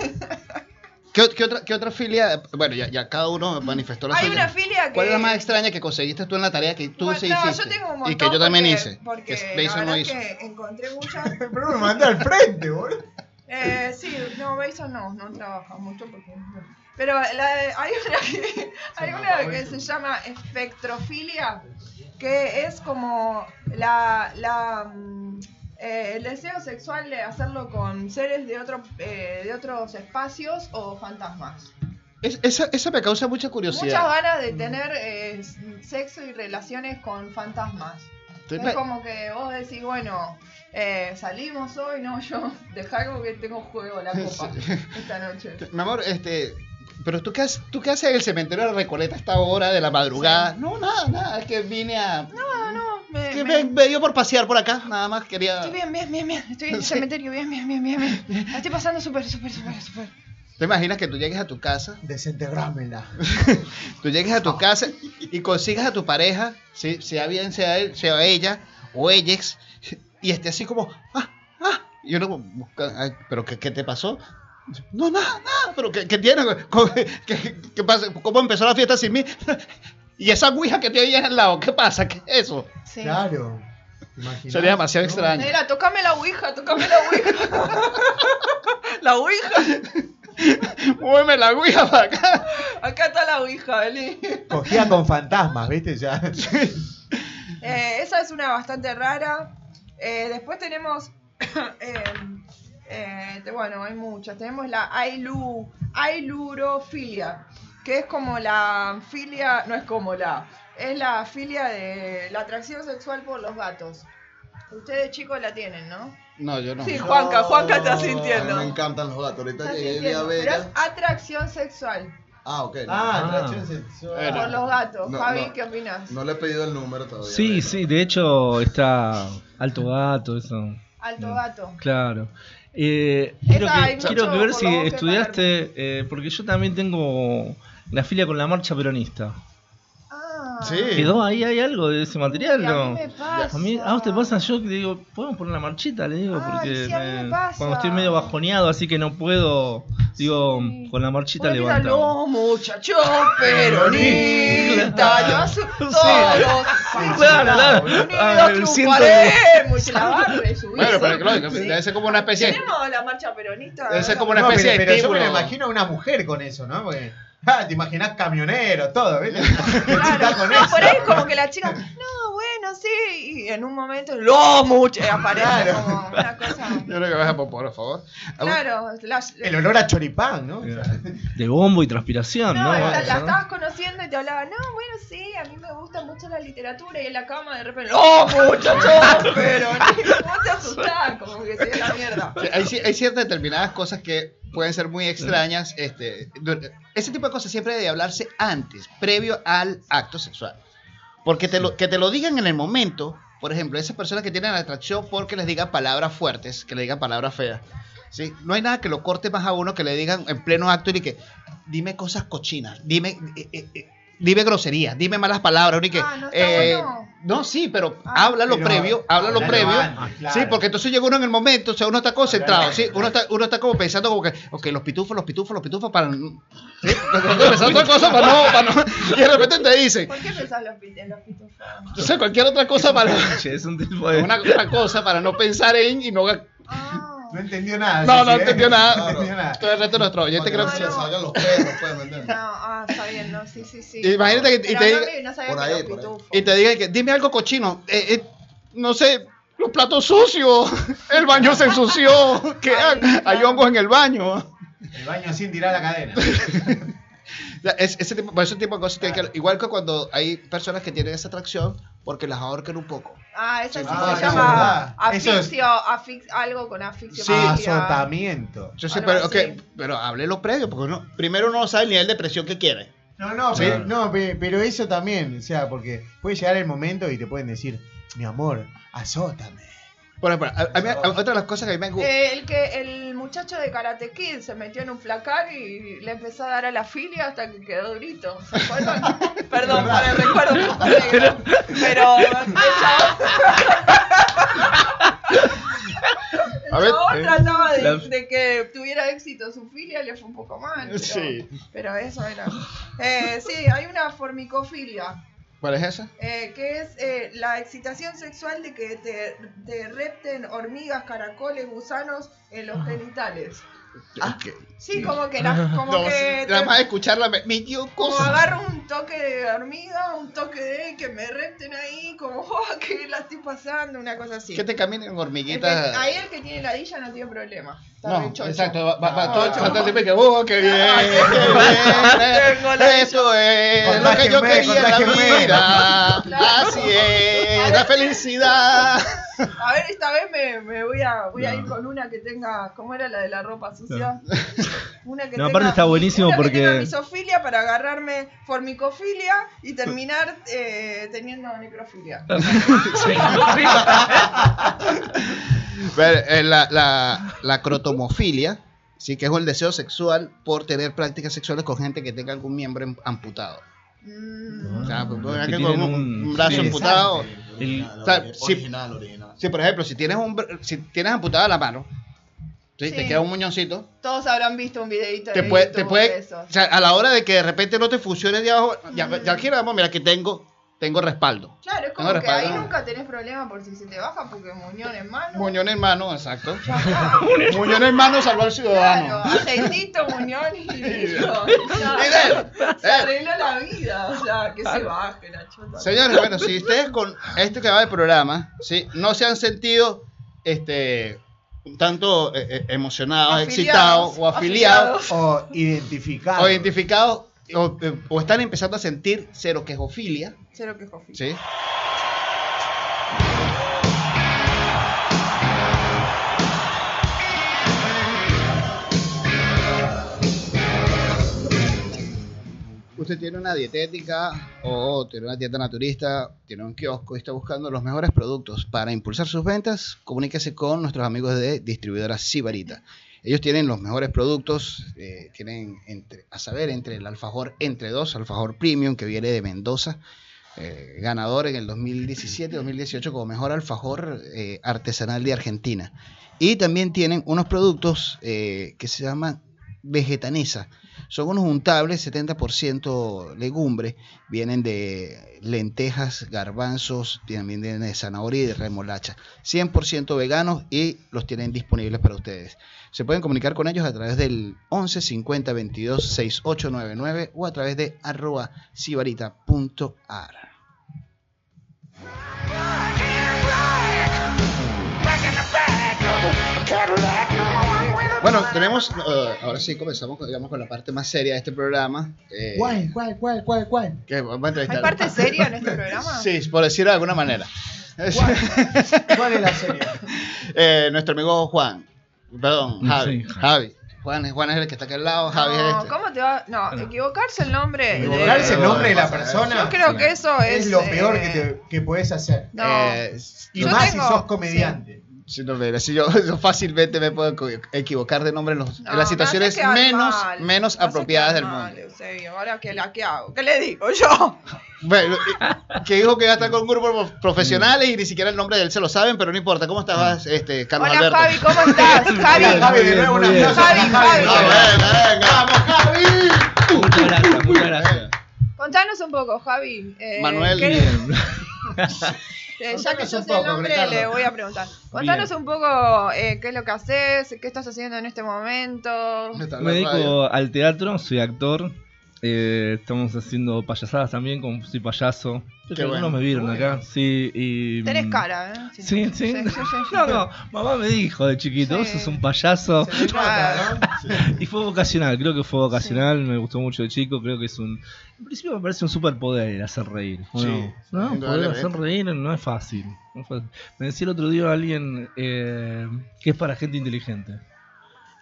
S3: ¿Qué, o- qué otra, qué otra filia? Bueno, ya, ya cada uno manifestó la
S5: Hay
S3: suya.
S5: una filia que.
S3: ¿Cuál es la más extraña que conseguiste tú en la tarea que tú
S5: Bueno,
S3: se
S5: no,
S3: hiciste?
S5: yo tengo un
S3: y
S5: montón
S3: que yo también
S5: porque-
S3: hice.
S5: Porque
S3: que
S5: la
S3: Mason no
S5: verdad
S3: hizo.
S5: que encontré muchas.
S6: [laughs] Pero me mandó al frente, boludo.
S5: Eh, sí, no, Mason no, no trabaja mucho porque. Pero la de- hay una
S6: [laughs]
S5: que, hay una que se llama espectrofilia, que es como la, la mm, eh, el deseo sexual de hacerlo con seres de otro eh, de otros espacios o fantasmas.
S3: Es- esa, esa me causa mucha curiosidad.
S5: Muchas ganas de tener eh, sexo y relaciones con fantasmas. Es como que vos decís, bueno, eh, salimos hoy, no, yo [laughs] dejá como que tengo juego la copa esta noche.
S3: Mi amor, este. Pero tú qué, haces, tú qué haces en el cementerio de la Recoleta a esta hora de la madrugada. No, nada, nada. Es que vine a.
S5: No, no, me,
S3: que
S5: me-
S3: me, me dio por pasear por acá. Nada más quería.
S5: Estoy bien, bien, bien, bien. Estoy en el cementerio, bien, bien, bien, bien. bien.
S3: [laughs]
S5: La estoy pasando súper, súper, súper, súper.
S3: ¿Te imaginas que tú llegues a tu casa?
S6: Desenterrámela.
S3: [laughs] Tú llegues a tu casa y consigas a tu pareja, ¿sí? sea bien, sea él, sea ella, o ellas, y esté así como, ah, ah, y uno como, busca, "Ay, pero qué, qué te pasó? No, nada, nada, pero ¿qué, qué tienes? ¿Cómo, [laughs] qué- qué pasa? ¿Cómo empezó la fiesta sin mí? [laughs] Y esa ouija que te oías al lado, ¿qué pasa? ¿Qué es eso?
S5: Sí.
S6: Claro. Imaginás,
S3: Sería demasiado
S6: ¿no?
S3: extraño.
S5: Mira, tocame la ouija, tocame la ouija. [laughs] la ouija.
S3: [laughs] Muéveme la ouija para
S6: [laughs]
S3: acá.
S5: Acá está la ouija, Beli.
S6: Cogía con fantasmas, ¿viste? Ya.
S3: [laughs]
S5: Eh, esa es una bastante rara. Eh, después tenemos. [coughs] eh, eh, te- bueno, hay muchas. Tenemos la ailu, ailurofilia, que es como la filia. No es como la. Es la filia de la atracción sexual por los gatos. Ustedes chicos la tienen, ¿no?
S3: No, yo no.
S5: Sí, Juanca, Juanca está
S9: No,
S5: sintiendo.
S9: Me encantan los gatos. Ahorita
S5: Está
S9: llegué vi a
S5: sintiendo, Pero es
S9: Bella.
S5: atracción sexual
S9: Ah, ok. no.
S6: Ah,
S7: Ah.
S6: atracción sexual.
S3: Bueno.
S5: por los gatos.
S9: No,
S5: Javi,
S9: no.
S5: ¿qué opinas?
S9: No le he pedido el número todavía.
S7: Sí,
S9: Bella.
S7: sí, de hecho está Alto Gato, eso.
S5: Alto
S7: Mm.
S5: gato.
S7: Claro. Eh,
S5: Esa
S7: quiero
S5: hay
S7: que,
S5: mucho
S7: quiero que
S5: por
S7: ver
S5: la
S7: si
S5: boca de
S7: estudiaste, eh, porque yo también tengo la filia con la marcha peronista.
S5: Ah,
S3: Sí.
S7: ¿Quedó ahí? ¿Hay algo de ese material?
S5: y a mí me
S7: No.
S5: pasa.
S7: A mí, a vos te pasa, yo que digo, podemos poner la marchita, le digo,
S5: Ay,
S7: porque
S5: sí, a mí me
S7: me-
S5: pasa.
S7: cuando estoy medio bajoneado, así que no puedo, digo,
S5: Sí.
S7: con la marchita
S5: Bueno, mira,
S7: levantamos.
S5: los muchachos peronistas, yo hace todos
S7: Claro, claro. Ah, el
S5: unidos
S7: ciento-
S5: triunfaremos, y se la barre y subí.
S3: Bueno, pero claro,
S5: Sí.
S3: debe ser como una especie de...
S5: Tenemos la marcha peronista.
S3: Debe ser como una
S6: No,
S3: especie
S6: pero, pero
S3: de
S6: yo me lo
S3: título.
S6: imagino a una mujer con eso, ¿no? Porque, ah, te imaginas camionero, todo, ¿viste? [laughs] Está con
S5: No,
S6: eso.
S5: por ahí como que la chica, no, bueno, sí, y en un momento, los muchachos, aparece como una cosa.
S3: [laughs] Yo creo que vas a por, por favor.
S5: Claro, las-
S6: El olor a choripán, ¿no?
S7: De bombo y transpiración,
S5: No,
S7: ¿no?
S5: la, la
S7: Eso, ¿no?
S5: estabas conociendo y te hablaba, no, bueno, sí, a mí me gusta mucho la literatura y en la cama de repente, ¡Oh, muchachos! Pero vos te asustás, como que se dio la mierda.
S3: Sí, Hay, ci- hay ciertas determinadas cosas que pueden ser muy extrañas. Este, du- ese tipo de cosas siempre debe hablarse antes, previo al acto sexual. Porque te lo, que te lo digan en el momento, por ejemplo, esas personas que tienen atracción porque les digan palabras fuertes, que le digan palabras feas. ¿sí? No hay nada que lo corte más a uno que le digan en pleno acto y que dime cosas cochinas, dime... eh, eh, eh, Dime groserías, dime malas palabras, uno y que, eh,
S5: Ah, no está bueno.
S3: no, sí, pero
S5: Ah.
S3: háblalo
S6: Pero-
S3: previo, háblalo
S6: Hablalo
S3: previo.
S6: antes, claro.
S3: Sí, porque entonces llega uno en el momento, o sea, uno está concentrado, ¿sí? Uno está, uno está como pensando como que, ok, los pitufos, los pitufos, los pitufos para... ¿sí? [laughs] Pensando otra cosa para no, para no... Y de repente te dicen,
S5: ¿Por qué pensás los pit- en los pitufos?
S3: o sea, cualquier otra cosa para...
S7: [laughs] Che, Es un tipo de...
S3: Una, una cosa para no pensar en y no...
S5: Ah,
S6: No entendió nada.
S3: No,
S6: sí,
S3: no
S6: sí, ¿eh?
S3: entendió
S6: No
S3: nada.
S6: entendió nada.
S3: Todo el resto de nuestro oyente creo
S9: Para
S3: que...
S9: que
S5: No,
S9: no
S5: no.
S9: se salgan los perros, pues, ¿me
S5: no,
S9: entiendes?
S5: ah, está bien, no, sí, sí, sí.
S3: Imagínate que- y te
S5: Pero no,
S3: diga-
S5: vi- no sabía
S9: Por
S5: que
S9: ahí,
S5: los
S9: por ahí.
S5: pitufos.
S3: Y te digan que, dime algo cochino, eh, eh, no sé, los platos sucios, [laughs] el baño se ensució, que
S5: Ay,
S3: hay, hay
S5: claro.
S3: hongos en el baño.
S6: El baño sin tirar la cadena. [laughs]
S3: Ya, es- ese tipo, por ese tipo de cosas tiene que igual que cuando hay personas que tienen esa atracción porque las ahorcan un poco.
S5: Ah, esa sí
S6: Ah,
S5: se
S6: eso es
S5: llama
S6: verdad. Eso es-
S5: asfixio, afix- algo con asfixio.
S3: Sí. ah.
S6: Azotamiento.
S3: Yo sé,
S5: Algo
S3: pero,
S5: así.
S3: ok, pero háblelo previo, porque uno, primero uno no sabe el nivel de presión que quiere.
S6: No, no,
S3: Sí.
S6: pero, no, pe- pero eso también, o sea, porque puede llegar el momento y te pueden decir, mi amor, azótame.
S3: Por ejemplo, a- a mí- a- otra de las cosas que a mí me gusta.
S5: Eh, el que el muchacho de Karate Kid se metió en un placar y le empezó a dar a la filia hasta que quedó durito. ¿Se acuerdan?
S3: [laughs]
S5: Perdón por el recuerdo un poco negro. Pero el chabón-
S3: A
S5: El [laughs]
S3: ver,
S5: chabón
S3: eh,
S5: trataba de,
S7: la-
S5: de que tuviera éxito su filia, le fue un poco mal. Pero,
S3: Sí.
S5: pero eso era. Eh, sí, hay una formicofilia.
S3: ¿Cuál es esa?
S5: Eh, que es eh, la excitación sexual de que te, te repten hormigas, caracoles, gusanos en los genitales.
S3: Ok.
S5: Sí, como que, la- Ah, como
S3: No,
S5: que
S3: sí,
S5: te-
S3: nada más escucharla me, me dio
S5: como
S3: cosas.
S5: agarro un toque de hormiga, un toque de que me repten ahí, como [laughs] oh, que la estoy pasando, una cosa así.
S3: Que te caminen
S5: El que- ahí
S3: hormiguitas.
S5: el que tiene la dilla no tiene problema. Está
S3: No,
S5: re chocho.
S3: exacto, va, va, va,
S5: Ah,
S3: todo,
S5: chocho.
S3: va todo el tiempo que, oh, qué
S5: [laughs]
S3: bien,
S5: Ah,
S3: qué
S5: tengo
S3: bien,
S5: la
S3: eso es lo que yo
S6: Contágiame,
S3: quería en la
S6: contágiame.
S3: vida,
S5: Claro.
S3: así es. me da felicidad.
S5: [laughs] A ver, esta vez me, me voy, a, voy a ir con una que tenga. ¿Cómo era la de la ropa sucia? Una que
S7: No, aparte está buenísimo
S5: una que
S7: porque-
S5: tenga misofilia para agarrarme formicofilia y terminar eh, teniendo necrofilia.
S3: Pero, eh, la, la- la crotomofilia, sí que es el deseo sexual por tener prácticas sexuales con gente que tenga algún miembro em- amputado.
S5: Mm.
S3: O sea, pues,
S7: Ah, que
S3: aquel
S7: tienen
S3: con un,
S7: un-
S3: un brazo
S7: sí,
S3: amputado.
S7: El-
S9: Original,
S3: o sea,
S9: ori-
S3: sí.
S9: original, original.
S3: Sí, por ejemplo, si tienes un br- si tienes amputada la mano, ¿sí? te
S5: Sí.
S3: queda un muñoncito.
S5: Todos habrán visto un videito
S3: Te
S5: de
S3: puede,
S5: YouTube
S3: te
S5: de
S3: puede,
S5: esos.
S3: o sea, a la hora de que de repente no te fusiones de abajo, ya, ya aquí vamos, mira que tengo, tengo respaldo.
S5: Claro, es
S3: No,
S5: como que
S3: respaldo.
S5: ahí nunca tenés problema por si se te baja porque muñón en mano.
S3: Muñón en mano, exacto. [laughs] Muñón en mano salvó al
S5: Claro,
S3: ciudadano.
S5: aceitito, muñón y
S3: [laughs]
S5: listo.
S3: Y
S5: Ya,
S3: de-
S5: Se arregló la vida, o sea, que se baje la chota.
S3: Señores, bueno, si ustedes con esto que va del programa, ¿sí? no se han sentido este, un tanto eh, eh, emocionados,
S5: Afiliados,
S3: excitados o afiliados,
S6: O identificar.
S3: o identificados, o, eh, o están empezando a sentir cero quejofilia,
S5: Cero que jofi.
S3: ¿sí? Usted tiene una dietética o tiene una dieta naturista, tiene un kiosco y está buscando los mejores productos para impulsar sus ventas, comuníquese con nuestros amigos de distribuidora Sibarita. Ellos tienen los mejores productos, eh, tienen entre, a saber entre el alfajor entre dos, alfajor premium que viene de Mendoza, eh, ganador en el 2017-2018 como mejor alfajor eh, artesanal de Argentina. Y también tienen unos productos eh, que se llaman vegetanesa. Son unos untables, 70% legumbre, vienen de lentejas, garbanzos, también vienen de zanahoria y de remolacha. 100% veganos y los tienen disponibles para ustedes. Se pueden comunicar con ellos a través del 11 50 22 6899 o a través de arroba sibarita.ar. Bueno, tenemos, eh, ahora sí comenzamos con, digamos, con la parte más seria de este programa. eh,
S6: ¿Cuál, cuál, cuál, cuál, cuál?
S3: que vamos a entrevistar-
S5: ¿Hay parte seria en este programa?
S3: Sí, por decirlo de alguna manera.
S6: ¿Cuál es la serie?
S3: [laughs] Eh, nuestro amigo Juan, perdón,
S7: Sí,
S3: Javi.
S7: Javi.
S3: Javi. Juan, es- Juan es el que está acá al lado, Javi es
S5: no,
S3: este.
S5: ¿cómo te va? No, equivocarse el nombre. de-
S6: Equivocarse el nombre de la
S5: Yo
S6: persona
S5: creo que eso es.
S6: es lo peor
S5: eh,
S6: que, te, que podés hacer.
S5: No.
S3: Eh,
S6: Y
S5: Yo
S6: más
S5: tengo-
S6: si sos comediante.
S3: si no, mira, si yo, [laughs] yo fácilmente me puedo co- equivocar de nombre en, los- en
S5: no, me
S3: las
S5: hace
S3: situaciones
S5: quedar
S3: menos,
S5: mal,
S3: menos
S5: me hace
S3: apropiadas
S5: quedar
S3: del
S5: mal,
S3: mundo.
S5: Eusebio, ahora que la que hago. ¿Qué le digo yo?
S3: Bueno,
S5: [laughs]
S3: y- que dijo que iba a estar con un grupo de profesionales
S7: Mm.
S3: y ni siquiera el nombre de él se lo saben, pero no importa. ¿Cómo estabas, este, Carlos
S5: Hola
S3: Alberto?
S5: Javi, ¿cómo estás? Javi.
S6: Bien, Javi, de nuevo un
S7: muy bien.
S6: aplauso para
S5: Javi,
S6: Javi.
S3: Ah, venga, venga. ¡Vamos, Javi!
S7: Muchas gracias, muchas gracias.
S5: Contanos un poco, Javi. eh,
S3: Manuel.
S5: ¿qué-
S7: Bien.
S5: Eh, ya que
S6: Contanos
S5: yo
S6: un
S5: sé el
S6: poco,
S5: nombre,
S6: Ricardo.
S5: le voy a preguntar. Contanos un poco eh, qué es lo que haces, qué estás haciendo en este momento.
S3: Está en
S7: Me
S3: la radio.
S7: dedico al teatro, soy actor. eh, estamos haciendo payasadas también, como soy payaso. Creo que
S3: Qué bueno.
S7: algunos me vieron acá. Sí, y. mm,
S5: Tenés cara, ¿eh?
S7: Sí, sí.
S5: sí, sí.
S7: [laughs] No, no, mamá me dijo de chiquito, vos
S5: Sí.
S7: sos un payaso.
S5: Se te nota, ¿no?
S7: Y fue vocacional, creo que fue vocacional, me gustó mucho de chico, creo que es un... En principio me parece un superpoder hacer reír. ¿o
S3: Sí,
S7: no? no, poder
S3: indudablemente.
S7: hacer reír no es fácil. no es fácil. Me decía el otro día alguien eh, que es para gente inteligente.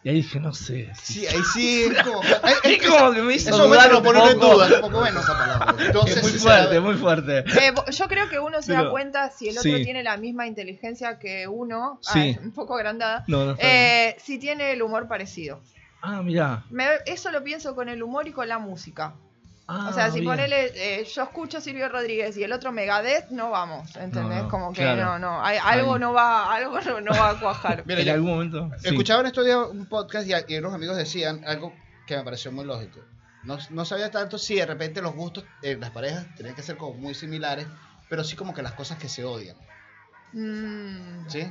S7: Y ahí dije, no sé.
S3: Sí,
S7: si-
S3: ahí sí. es
S5: [laughs]
S3: como- es- es-
S7: Y como que me hizo
S3: Eso momento
S7: dudar
S3: lo
S7: un
S3: ponen en
S7: poco.
S3: duda, un poco menos esa palabra.
S7: Es
S3: Entonces,
S7: muy
S3: se-
S7: fuerte, muy fuerte.
S5: Eh, bo- yo creo que uno se da
S7: Pero-
S5: cuenta si el otro
S7: sí.
S5: tiene la misma inteligencia que uno, ah,
S7: Sí.
S5: es un poco agrandada,
S7: No, no está bien.
S5: eh, si tiene el humor parecido.
S7: Ah, mirá.
S5: Me- eso lo pienso con el humor y con la música.
S7: Ah,
S5: o sea, si
S7: bien.
S5: ponele, eh, yo escucho a Silvio Rodríguez y el otro Megadeth, no vamos, ¿entendés?
S7: No, no,
S5: Como que
S7: claro.
S5: no, no, hay- algo
S7: Ahí.
S5: no va, algo no, no va a
S7: [laughs]
S5: cuajar.
S3: Mira,
S7: en
S3: yo-
S7: algún momento... sí.
S3: Escuchaba en estos días un podcast y, a- y unos amigos decían algo que me pareció muy lógico. No, no sabía tanto si de repente los gustos de las parejas tenían que ser como muy similares, pero sí como que las cosas que se odian,
S5: Mm.
S3: ¿sí?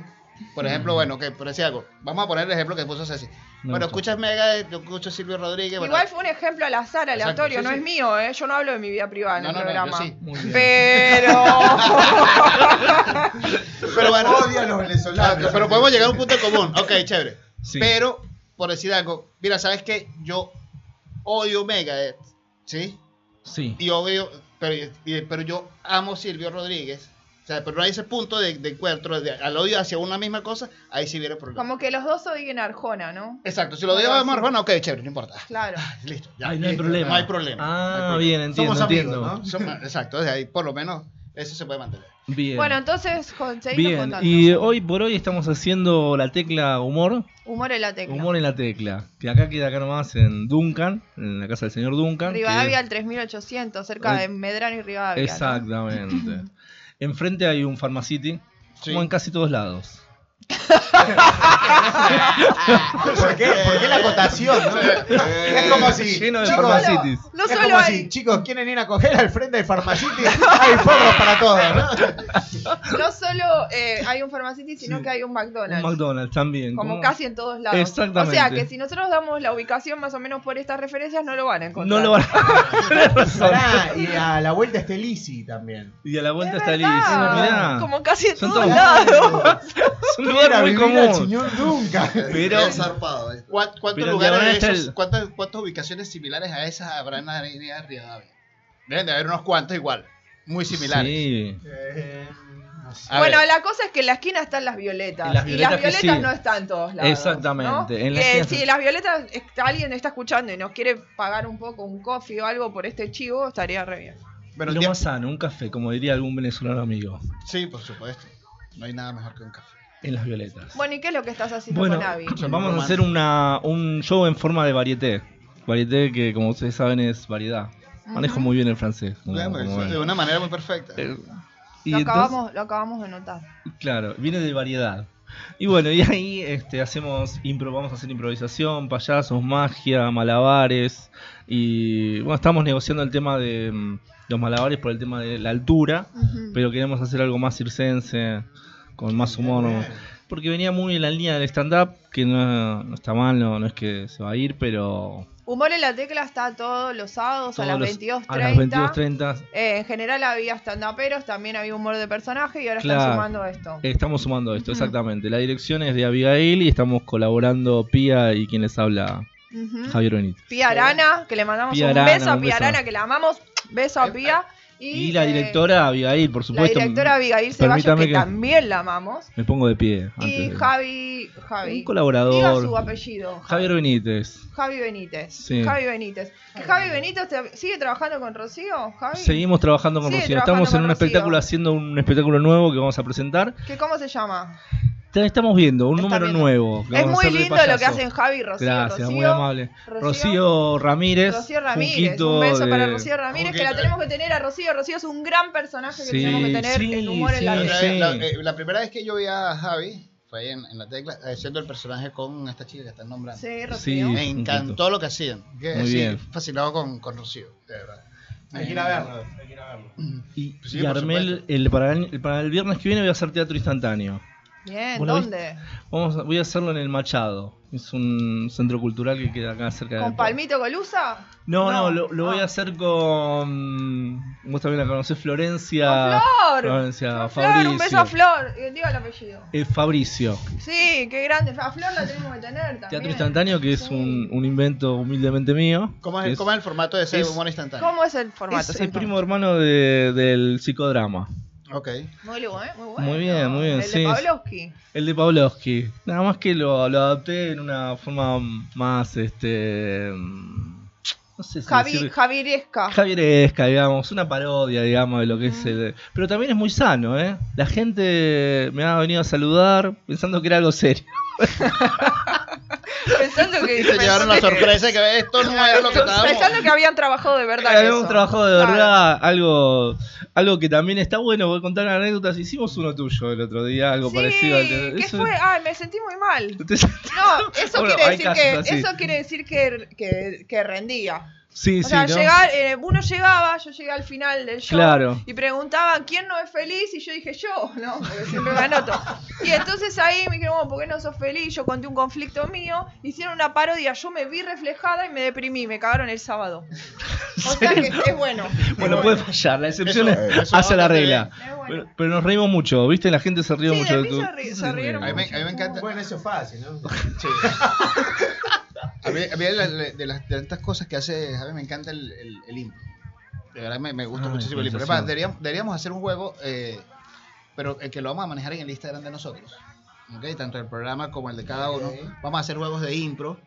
S3: Por ejemplo, bueno, que por decir algo, vamos a poner el ejemplo que puso Ceci.
S7: Mm. Me
S3: bueno,
S7: gustó.
S3: escuchas Mega, yo escucho Silvio Rodríguez. bueno,
S5: Igual fue un ejemplo al azar, aleatorio,
S3: sí,
S5: no
S3: sí.
S5: es mío, ¿eh? yo no hablo de mi vida privada en
S3: No,
S5: el
S3: no, no,
S5: programa.
S3: yo sí.
S7: Muy bien. [laughs]
S5: Pero
S3: Pero bueno,
S6: Odio a los venezolanos.
S3: pero podemos llegar a un punto en común. Ok, chévere.
S7: Sí.
S3: Pero, por decir algo, mira, ¿sabes qué? Yo odio Megadeth, ¿sí?
S7: Sí.
S3: Y odio, pero, y- pero yo amo Silvio Rodríguez,
S10: O sea, pero ahí ese punto de, de encuentro, de- al odio hacia una misma cosa, ahí sí viene el problema.
S5: Como que los dos odien a Arjona, ¿no?
S10: Exacto, si lo digo a Marjona, ok, chévere, no
S6: [laughs]
S10: importa.
S5: Claro.
S10: Listo, ya.
S7: Ay, no hay
S10: listo,
S7: problema.
S10: No hay problema.
S7: Ah,
S10: no hay problema.
S7: bien, entiendo,
S10: Somos amigos,
S7: entiendo.
S10: ¿no?
S7: [laughs]
S10: Somos- exacto, desde ahí, por lo menos, eso se puede mantener.
S7: Bien.
S5: Bueno, entonces, con- seguimos
S7: Bien,
S5: contando.
S7: y eh, oh, hoy por hoy estamos haciendo la tecla humor.
S5: Humor en la tecla.
S7: Humor en la tecla. Que acá queda acá nomás en Duncan, en la casa del señor Duncan. que-
S5: Rivadavia al 3800, cerca de Medrano y Rivadavia. ¿no?
S7: Exactamente.
S5: [laughs]
S7: Enfrente hay un Pharmacity,
S10: Sí.
S7: como en casi todos lados.
S6: ¿Por qué? ¿Por qué la
S10: Eh, [laughs]
S6: acotación? no? Es como si.
S7: Lleno de
S6: chicos,
S7: Pharmacities.
S5: No
S6: es
S5: solo
S6: como
S5: hay-
S6: si, chicos, quieren ir a coger al frente del farmacity. [laughs] Hay forros para todos, ¿no?
S5: No solo eh, hay un Pharmacity, sino
S7: Sí.
S5: que hay un
S7: Un
S5: McDonald's.
S7: McDonald's también.
S5: Como casi en todos lados.
S7: Exactamente.
S5: O sea que si nosotros damos la ubicación más o menos por estas referencias, no lo van a encontrar.
S7: No lo van a... Tenés razón.
S6: Pará, y a la vuelta está Lisi también.
S7: [laughs] Y a la vuelta
S5: Es
S7: está Liz.
S5: verdad,
S7: Mirá,
S5: Como casi en
S7: Son
S5: todos
S7: todos-
S5: lados.
S7: es un lugar muy común.
S6: señor nunca.
S7: Pero
S9: Es zarpado, ¿eh?
S10: ¿Cuá- ¿Cuántos
S7: Pero en
S10: lugares
S7: diagonal
S10: de
S7: está
S10: esos-
S7: el-
S10: cuántas, cuántas ubicaciones similares a esas habrá en la avenida Rivadavia? Deben de haber unos cuantos igual, muy similares.
S7: Sí.
S6: Eh, no sé.
S10: A
S5: bueno,
S10: ver.
S5: la cosa es que en la esquina están las violetas.
S7: Y
S5: Y
S7: las
S5: las
S7: violetas
S5: violetas,
S7: que sí.
S5: no están en todos lados.
S7: Exactamente,
S5: ¿no?
S7: en la
S5: Que
S7: esquina-
S5: si las violetas está- alguien está escuchando y nos quiere pagar un poco un coffee o algo por este chivo, estaría re bien.
S10: Pero
S7: lo
S10: tie-
S7: más sano, un café, como diría algún venezolano amigo.
S10: Sí, por supuesto. No hay nada mejor que un café.
S7: En las violetas.
S5: Bueno, ¿y qué es lo que estás haciendo
S7: Bueno,
S5: con
S7: [clears throat]
S5: Abby?
S7: vamos a hacer una, un show en forma de varieté. Varieté que, como ustedes saben, es variedad. Manejo
S5: Ujú.
S7: muy bien el francés. como-
S10: Claro,
S7: como
S10: eso
S7: ven.
S10: de una manera muy perfecta.
S7: Eh, y
S5: Lo,
S7: entonces-
S5: acabamos, lo acabamos de notar.
S7: Claro, viene de variedad. Y bueno, y ahí este, hacemos impro, vamos a hacer improvisación, payasos, magia, malabares. Y bueno, estamos negociando el tema de mm, los malabares por el tema de la altura,
S5: Ujú.
S7: pero queremos hacer algo más circense, con más humor. ¿no? Porque venía muy en la línea del stand-up, que no, no está mal, no, no es que se va a ir, pero...
S5: Humor en la tecla está todos los sábados a las
S7: todos los-
S5: 22.30.
S7: A las 22.30
S5: Eh, en general había stand-uperos, también había humor de personaje y ahora
S7: Claro. Eh,
S5: están sumando esto.
S7: Estamos sumando esto,
S5: Ujú.
S7: exactamente. La dirección es de Abigail y estamos colaborando Pía y quien les habla,
S5: Ujú.
S7: Javier Benítez.
S5: Pía Arana, que le mandamos
S7: Pía
S5: un
S7: Arana,
S5: beso a
S7: un
S5: Pia
S7: beso.
S5: Arana, que la amamos. Beso a Pía. Y,
S7: Y la
S5: eh,
S7: directora Abigail, por
S5: la
S7: supuesto.
S5: directora Abigail Ceballos,
S7: permítame
S5: que,
S7: que-
S5: también la amamos.
S7: Me pongo de pie. antes
S5: Y
S7: de-
S5: Javi. Javi.
S7: Un colaborador.
S5: Diga su apellido.
S7: Javier Benítez.
S5: Javi Benítez.
S7: Sí.
S5: Javi Benítez. Que Javi Benítez te- sigue trabajando con Rocío, Javi.
S7: Seguimos trabajando con
S5: Sí,
S7: Rocío.
S5: trabajando
S7: Estamos en
S5: con
S7: un
S5: Rocío.
S7: espectáculo haciendo un espectáculo nuevo que vamos a presentar.
S5: ¿Qué, ¿Cómo se llama?
S7: Te- Estamos viendo un
S5: Está
S7: número
S5: bien.
S7: nuevo. que
S5: Es
S7: vamos a
S5: muy
S7: hacer de
S5: lindo lo que
S7: payaso.
S5: hacen Javi y Rocío.
S7: Gracias,
S5: Rocío,
S7: muy amable.
S5: Rocío-
S7: Rocío Ramírez.
S5: Rocío Ramírez,
S7: Junquito
S5: un beso para
S7: de-
S5: Rocío Ramírez, que la
S10: Junquito.
S5: tenemos que tener a Rocío. Rocío es un gran personaje que
S7: Sí,
S5: tenemos que tener
S7: sí,
S5: en humor
S7: sí,
S5: en la
S10: La,
S7: sí.
S5: vida.
S10: otra vez- la- eh, la primera vez que yo vi a Javi fue ahí en, en la tecla, eh, haciendo el personaje con esta chica que están nombrando.
S5: Sí,
S7: Sí,
S5: Rocío.
S10: Me
S7: un
S10: encantó lo que hacían. Que,
S7: Muy
S10: sí,
S7: bien.
S10: Fascinado con, con Rocío, de verdad.
S6: Hay que ir a verlo. Hay que ir a verlo.
S7: eh, Y,
S10: Sí,
S7: y
S10: por
S7: armé el,
S10: supuesto.
S7: el- para, el, para el viernes que viene voy a hacer teatro instantáneo.
S5: Bien,
S7: ¿Vos la
S5: ¿dónde?
S7: Vamos, a- voy a hacerlo en el Machado. Es un centro cultural que queda acá cerca de
S5: ¿Con Palmito Golusa?
S7: No,
S5: No.
S7: no, lo, lo
S5: Ah.
S7: voy a hacer con. mm, Vos también la conocés, Florencia.
S5: ¡Flor!
S7: Florencia,
S5: Con Flor,
S7: Fabricio.
S5: un beso a Flor. Eh, Diga el apellido.
S7: Eh, Fabricio.
S5: Sí, qué grande. A Flor la tenemos que tener también.
S7: Teatro instantáneo, que es
S5: Sí.
S7: un, un invento humildemente mío.
S10: Mm. ¿Cómo
S7: que
S10: es, cómo es el formato de ese
S7: es-
S10: humor instantáneo?
S5: ¿Cómo es el formato?
S7: es el
S5: Santo?
S7: primo hermano de- del psicodrama.
S10: Ok.
S5: Muy, lu- eh, muy bueno.
S7: Muy bien, muy bien,
S5: El
S7: sí.
S5: de Pavlovsky.
S7: El de Pavlovsky. Nada más que lo, lo adapté en una forma más. este No sé si
S5: Javi,
S7: decir- [laughs]
S5: Javieresca.
S7: Javieresca, digamos, una parodia, digamos, de lo que
S5: Mm.
S7: es el. Pero también es muy sano, ¿eh? La gente me ha venido a saludar pensando que era algo serio.
S5: Pensando que.
S10: Y se llevaron la sorpresa de que esto no era
S7: [laughs]
S10: lo que estábamos.
S5: [laughs] Pensando que habían trabajado de verdad.
S7: Era un
S5: eso.
S7: trabajo de
S5: Claro.
S7: verdad, algo algo que también está bueno. Voy a contar anécdotas. Hicimos uno tuyo el otro día, algo
S5: sí,
S7: parecido al de.
S5: ¿Qué
S7: eso- [laughs]
S5: fue? Ay, me sentí muy mal.
S7: Entonces-
S5: No, eso
S7: Bueno,
S5: quiere
S7: hay
S5: decir
S7: casos
S5: que
S7: así.
S5: eso quiere decir que, que, que rendía.
S7: sí,
S5: O
S7: sí,
S5: sea,
S7: ¿no?
S5: llegar, eh, uno llegaba, yo llegué al final del show
S7: Claro.
S5: y preguntaban quién no es feliz y yo dije yo, ¿no? Porque siempre me anoto. Y entonces ahí me dijeron, bueno, ¿por qué no sos feliz? Yo conté un conflicto mío, hicieron una parodia, yo me vi reflejada y me deprimí, me cagaron el sábado. O
S7: [laughs]
S5: sea que es bueno. es
S7: Bueno, puede fallar, la excepción
S10: Eso,
S7: es-
S10: eh, eso
S7: hace la
S10: bastante
S7: regla.
S5: bien. Es bueno.
S7: Pero, pero nos reímos mucho, ¿viste? La gente se rió
S5: Sí,
S7: mucho
S5: de
S7: de
S5: mí
S7: tu.
S5: se ri- se rieron
S10: A mí, me- a mí me encanta.
S6: Bueno, eso es
S3: [laughs]
S6: fácil, ¿no?
S10: Sí. A mí, a mí de, la- de las de estas cosas que hace Javi me encanta el, el, el impro. De verdad me, me gusta
S7: Ay,
S10: muchísimo el impro. Es
S7: sensación.
S10: más, deberíamos, deberíamos hacer un juego eh,
S3: pero el que lo vamos a manejar en el Instagram de nosotros. ¿ok? Tanto el programa como el de cada uno. Vamos a hacer juegos de impro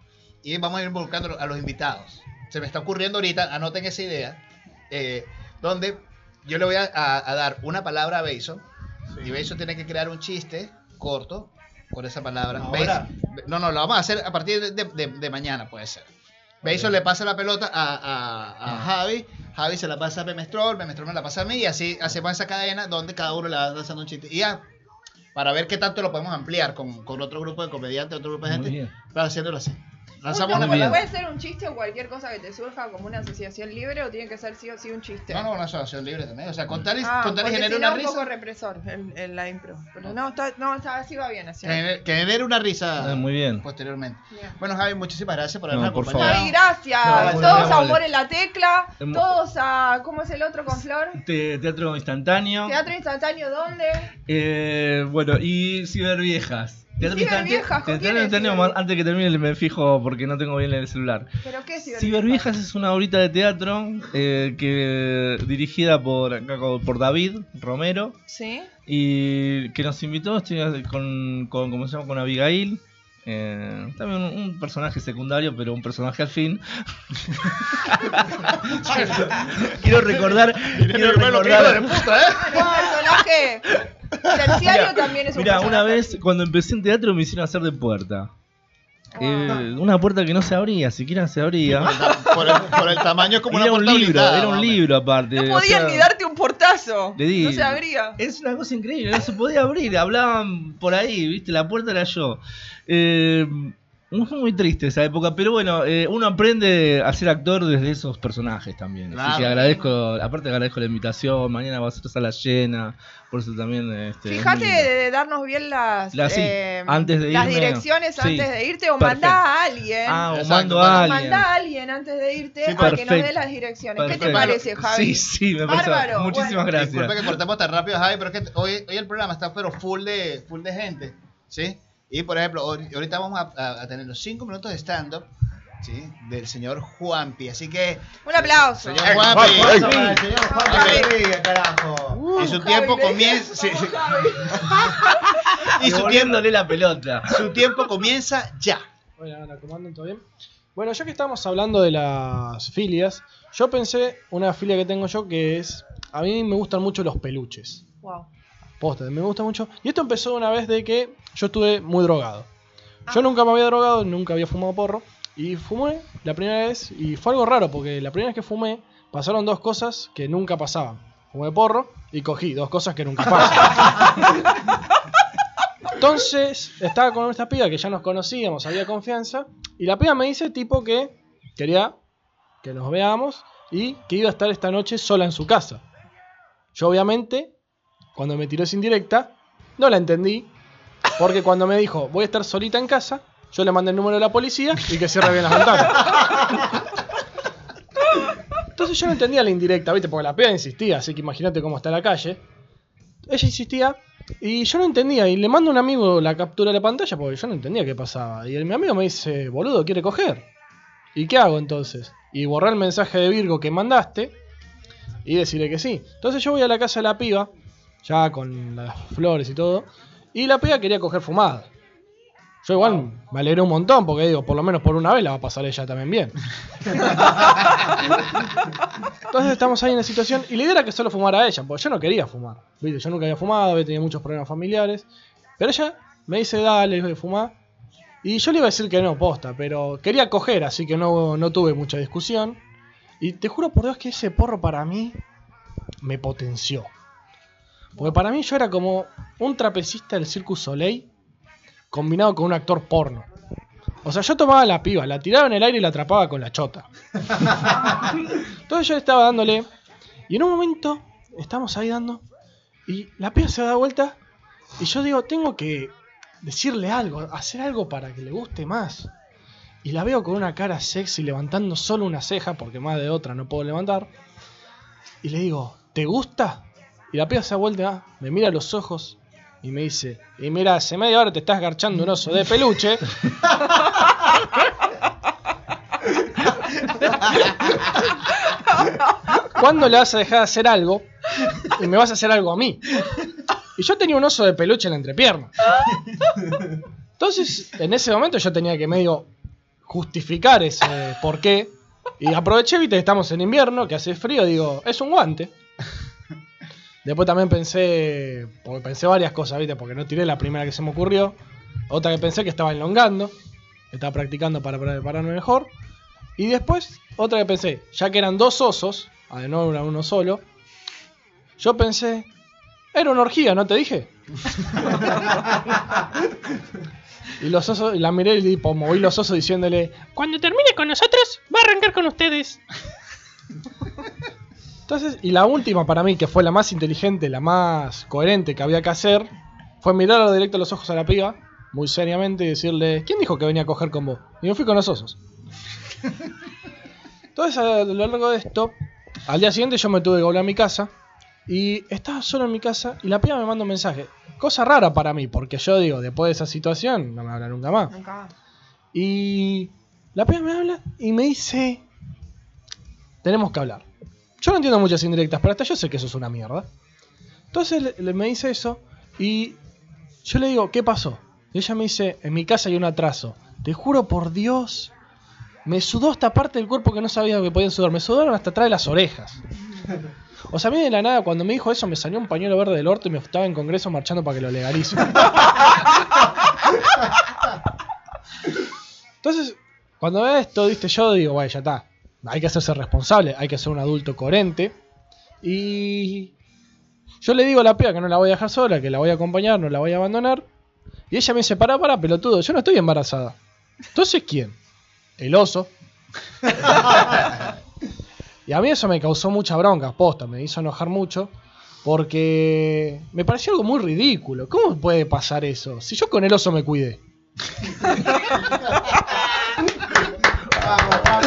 S3: y vamos a ir involucrando a los invitados. Se me está ocurriendo ahorita, anoten esa idea, eh, donde yo le voy a, a- a dar una palabra a Bason y Bason tiene que crear un chiste corto con esa palabra.
S11: Ahora.
S3: Bason- no, no, lo vamos a hacer a partir de, de- de mañana, puede ser. Bason le pasa la pelota a,
S7: Ah.
S3: a- a Javi, Javi se la pasa a Pemestrol, Pemestrol me la pasa a mí y así hacemos esa cadena donde cada uno le va lanzando un chiste. Y ya, para ver qué tanto lo podemos ampliar con, con otro grupo de comediantes, otro grupo de
S7: Muy
S3: gente,
S7: bien.
S3: para haciéndolo así. Lanzamos
S5: Uno,
S3: una palabra.
S5: ¿Puede ser un chiste o cualquier cosa que te surja como una asociación libre o tiene que ser sí o sí un chiste?
S3: No, no, una asociación libre también. O sea, contar y,
S5: Ah,
S3: contar y
S5: porque
S3: genera
S5: si no,
S3: una
S5: un poco
S3: risa.
S5: represor en, en la impro. Pero no, está, no está, así va bien. Así va bien.
S3: Gener- Que genere una risa
S7: Ah, muy bien.
S3: posteriormente.
S5: Bien.
S3: Bueno, Javi, muchísimas gracias por
S7: No,
S3: habernos
S7: por
S3: acompañado.
S5: Ay, gracias.
S7: No, bueno,
S5: todos
S7: vale.
S5: a Humor en la Tecla,
S7: Hemos-
S5: todos a... ¿Cómo es el otro con Flor?
S7: Te- teatro instantáneo.
S5: Teatro instantáneo, ¿dónde?
S7: Eh, bueno, y Ciberviejas. Teatro instantáneo-
S5: Ciberviejas, ¿con
S7: Teatro
S5: quién es
S7: instantáneo,
S5: Ciberviejas?
S7: antes que termine me fijo porque no tengo bien el celular.
S5: ¿Pero qué es
S7: Ciberviejas es una horita de teatro eh, que dirigida por, acá con- por David Romero
S5: ¿Sí?
S7: y que nos invitó estoy con, con, ¿cómo se llama? con Abigail. eh, también un, un personaje secundario, pero un personaje al fin. [laughs] quiero recordar, quiero recordar,
S5: Un Ah,
S7: [laughs]
S5: personaje terciario también es un
S7: Mira, una
S5: personaje
S7: vez
S5: así.
S7: cuando empecé en teatro me hicieron hacer de puerta.
S5: Ah.
S7: Eh, una puerta que no se abría, siquiera se abría.
S3: Por el, por el tamaño es como
S7: era
S3: una
S7: un
S3: puerta
S7: libro,
S3: blindada,
S7: era un
S3: hombre.
S7: libro aparte.
S5: No
S7: o
S5: podían
S7: sea,
S5: ni darte un portazo.
S7: Le di-
S5: No se abría.
S7: Es una cosa increíble, no se podía abrir, hablaban por ahí, viste, la puerta era yo. Eh, fue muy triste esa época, pero bueno, eh, uno aprende a ser actor desde esos personajes también.
S3: Claro.
S7: Así que agradezco, aparte agradezco la invitación, mañana va a ser sala llena, por eso también... Este, es
S5: Fíjate
S7: muy lindo.
S5: de, de darnos bien las,
S7: La- sí,
S5: eh,
S7: antes de
S5: las
S7: irme.
S5: direcciones
S7: Sí,
S5: antes de irte o
S7: perfecto.
S5: mandá a alguien.
S7: Ah, o
S3: Exacto,
S7: mando
S3: para-
S7: a alguien.
S5: Mandá a alguien antes de irte
S3: Sí,
S5: a que
S7: perfecto.
S5: nos dé las direcciones. ¿Qué te
S7: Perfecto.
S5: parece, Javi?
S7: Sí, sí, me parece.
S5: Bárbaro,
S7: Muchísimas
S5: bueno.
S3: Disculpe
S7: gracias.
S3: que cortemos tan rápido, Javi, pero es que hoy, hoy el programa está pero full de, full de gente, ¿sí? Y, por ejemplo, ahor- ahorita vamos a, a- a tener los cinco minutos de stand-up, ¿sí? Del señor Juanpi, así que...
S5: Un aplauso.
S3: Señor Juanpi,
S6: Ay, señor Juan
S3: Ay.
S6: Rodríguez, carajo.
S3: y su tiempo
S5: Javi,
S3: comienza... sí, sí.
S7: Y subiéndole la pelota.
S3: Su tiempo comienza ya.
S8: Hola, hola, ¿cómo andan? ¿Todo bien? Bueno, ya que estamos hablando de las filias, yo pensé una filia que tengo yo que es. A mí me gustan mucho los peluches.
S5: Wow.
S8: Posta, me gusta mucho. Y esto empezó una vez de que yo estuve muy drogado. Yo nunca me había drogado, nunca había fumado porro. Y fumé la primera vez, y fue algo raro, porque la primera vez que fumé, pasaron dos cosas que nunca pasaban. Fumé porro y cogí, dos cosas que nunca pasan. Entonces, estaba con esta piba que ya nos conocíamos, había confianza. Y la piba me dice, tipo, que quería que nos veamos y que iba a estar esta noche sola en su casa. Yo, obviamente, cuando me tiró sin directa, no la entendí. Porque cuando me dijo, voy a estar solita en casa, yo le mandé el número de la policía y que cierre bien las ventanas. Entonces yo no entendía la indirecta, ¿viste? Porque la pega insistía, así que imagínate cómo está la calle. Ella insistía y yo no entendía. Y le mando a un amigo la captura de la pantalla porque yo no entendía qué pasaba. Y el, mi amigo me dice, boludo, quiere coger. ¿Y qué hago entonces? Y borré el mensaje de Virgo que mandaste y decirle que sí. Entonces yo voy a la casa de la piba, ya con las flores y todo, y la piba quería coger fumada. Yo igual me alegré un montón porque digo, por lo menos por una vez la va a pasar ella también bien. Entonces estamos ahí en la situación y la idea era que solo fumara ella, porque yo no quería fumar. ¿viste? Yo nunca había fumado, había tenido muchos problemas familiares. Pero ella me dice, dale, voy a fumar. Y yo le iba a decir que no, posta, pero quería coger, así que no, no tuve mucha discusión. Y te juro por Dios que ese porro para mí me potenció. Porque para mí yo era como un trapecista del Circus Soleil combinado con un actor porno. O sea, yo tomaba la piba, la tiraba en el aire y la atrapaba con la chota. Entonces yo estaba dándole. Y en un momento estamos ahí dando. Y la piba se da vuelta. Y yo digo, tengo que decirle algo, hacer algo para que le guste más. Y la veo con una cara sexy levantando solo una ceja, porque más de otra no puedo levantar. Y le digo, ¿te gusta? Y la piba se da vuelta, me mira a los ojos y me dice, y mira, hace media hora te estás garchando un oso de peluche. ¿Cuándo le vas a dejar de hacer algo? Y me vas a hacer algo a mí. Y yo tenía un oso de peluche en la entrepierna. Entonces, en ese momento yo tenía que medio justificar ese por qué. Y aproveché, viste, que estamos en invierno, que hace frío, digo, es un guante. Después también pensé, porque pensé varias cosas, viste, porque no tiré la primera que se me ocurrió. Otra que pensé que estaba enlongando, estaba practicando para prepararme mejor. Y después, otra que pensé, ya que eran dos osos, a de no era uno solo, yo pensé, era una orgía, ¿no te dije? [laughs] y los osos, y la miré y tipo, moví los osos diciéndole, cuando termine con nosotros, va a arrancar con ustedes. Entonces, y la última para mí, que fue la más inteligente, la más coherente que había que hacer, fue mirar directo a los ojos a la piba, muy seriamente, y decirle, ¿quién dijo que venía a coger con vos? Y yo fui con los osos. Entonces, a lo largo de esto, al día siguiente yo me tuve que volver a mi casa, y estaba solo en mi casa, y la piba me manda un mensaje. Cosa rara para mí, porque yo digo, después de esa situación, no me habla nunca más.
S5: Nunca más.
S8: Y la piba me habla y me dice, tenemos que hablar. Yo no entiendo muchas indirectas, pero hasta yo sé que eso es una mierda. Entonces le- le- me dice eso y yo le digo, ¿qué pasó? Y ella me dice, en mi casa hay un atraso. Te juro por Dios, me sudó esta parte del cuerpo que no sabía que podían sudar. Me sudaron hasta atrás de las orejas. O sea, a mí de la nada, cuando me dijo eso, me salió un pañuelo verde del orto y me estaba en Congreso marchando para que lo legalicen. Entonces, cuando veo esto, viste, yo digo, bueno, ya está. Hay que hacerse responsable, hay que ser un adulto coherente. Y yo le digo a la piba que no la voy a dejar sola, que la voy a acompañar, no la voy a abandonar. Y ella me dice, pará, pará, pelotudo, yo no estoy embarazada. Entonces, ¿quién? El oso. [laughs] y a mí eso me causó mucha bronca, posta, me hizo enojar mucho. Porque me pareció algo muy ridículo. ¿Cómo puede pasar eso? Si yo con el oso me cuidé.
S5: ¡Ah,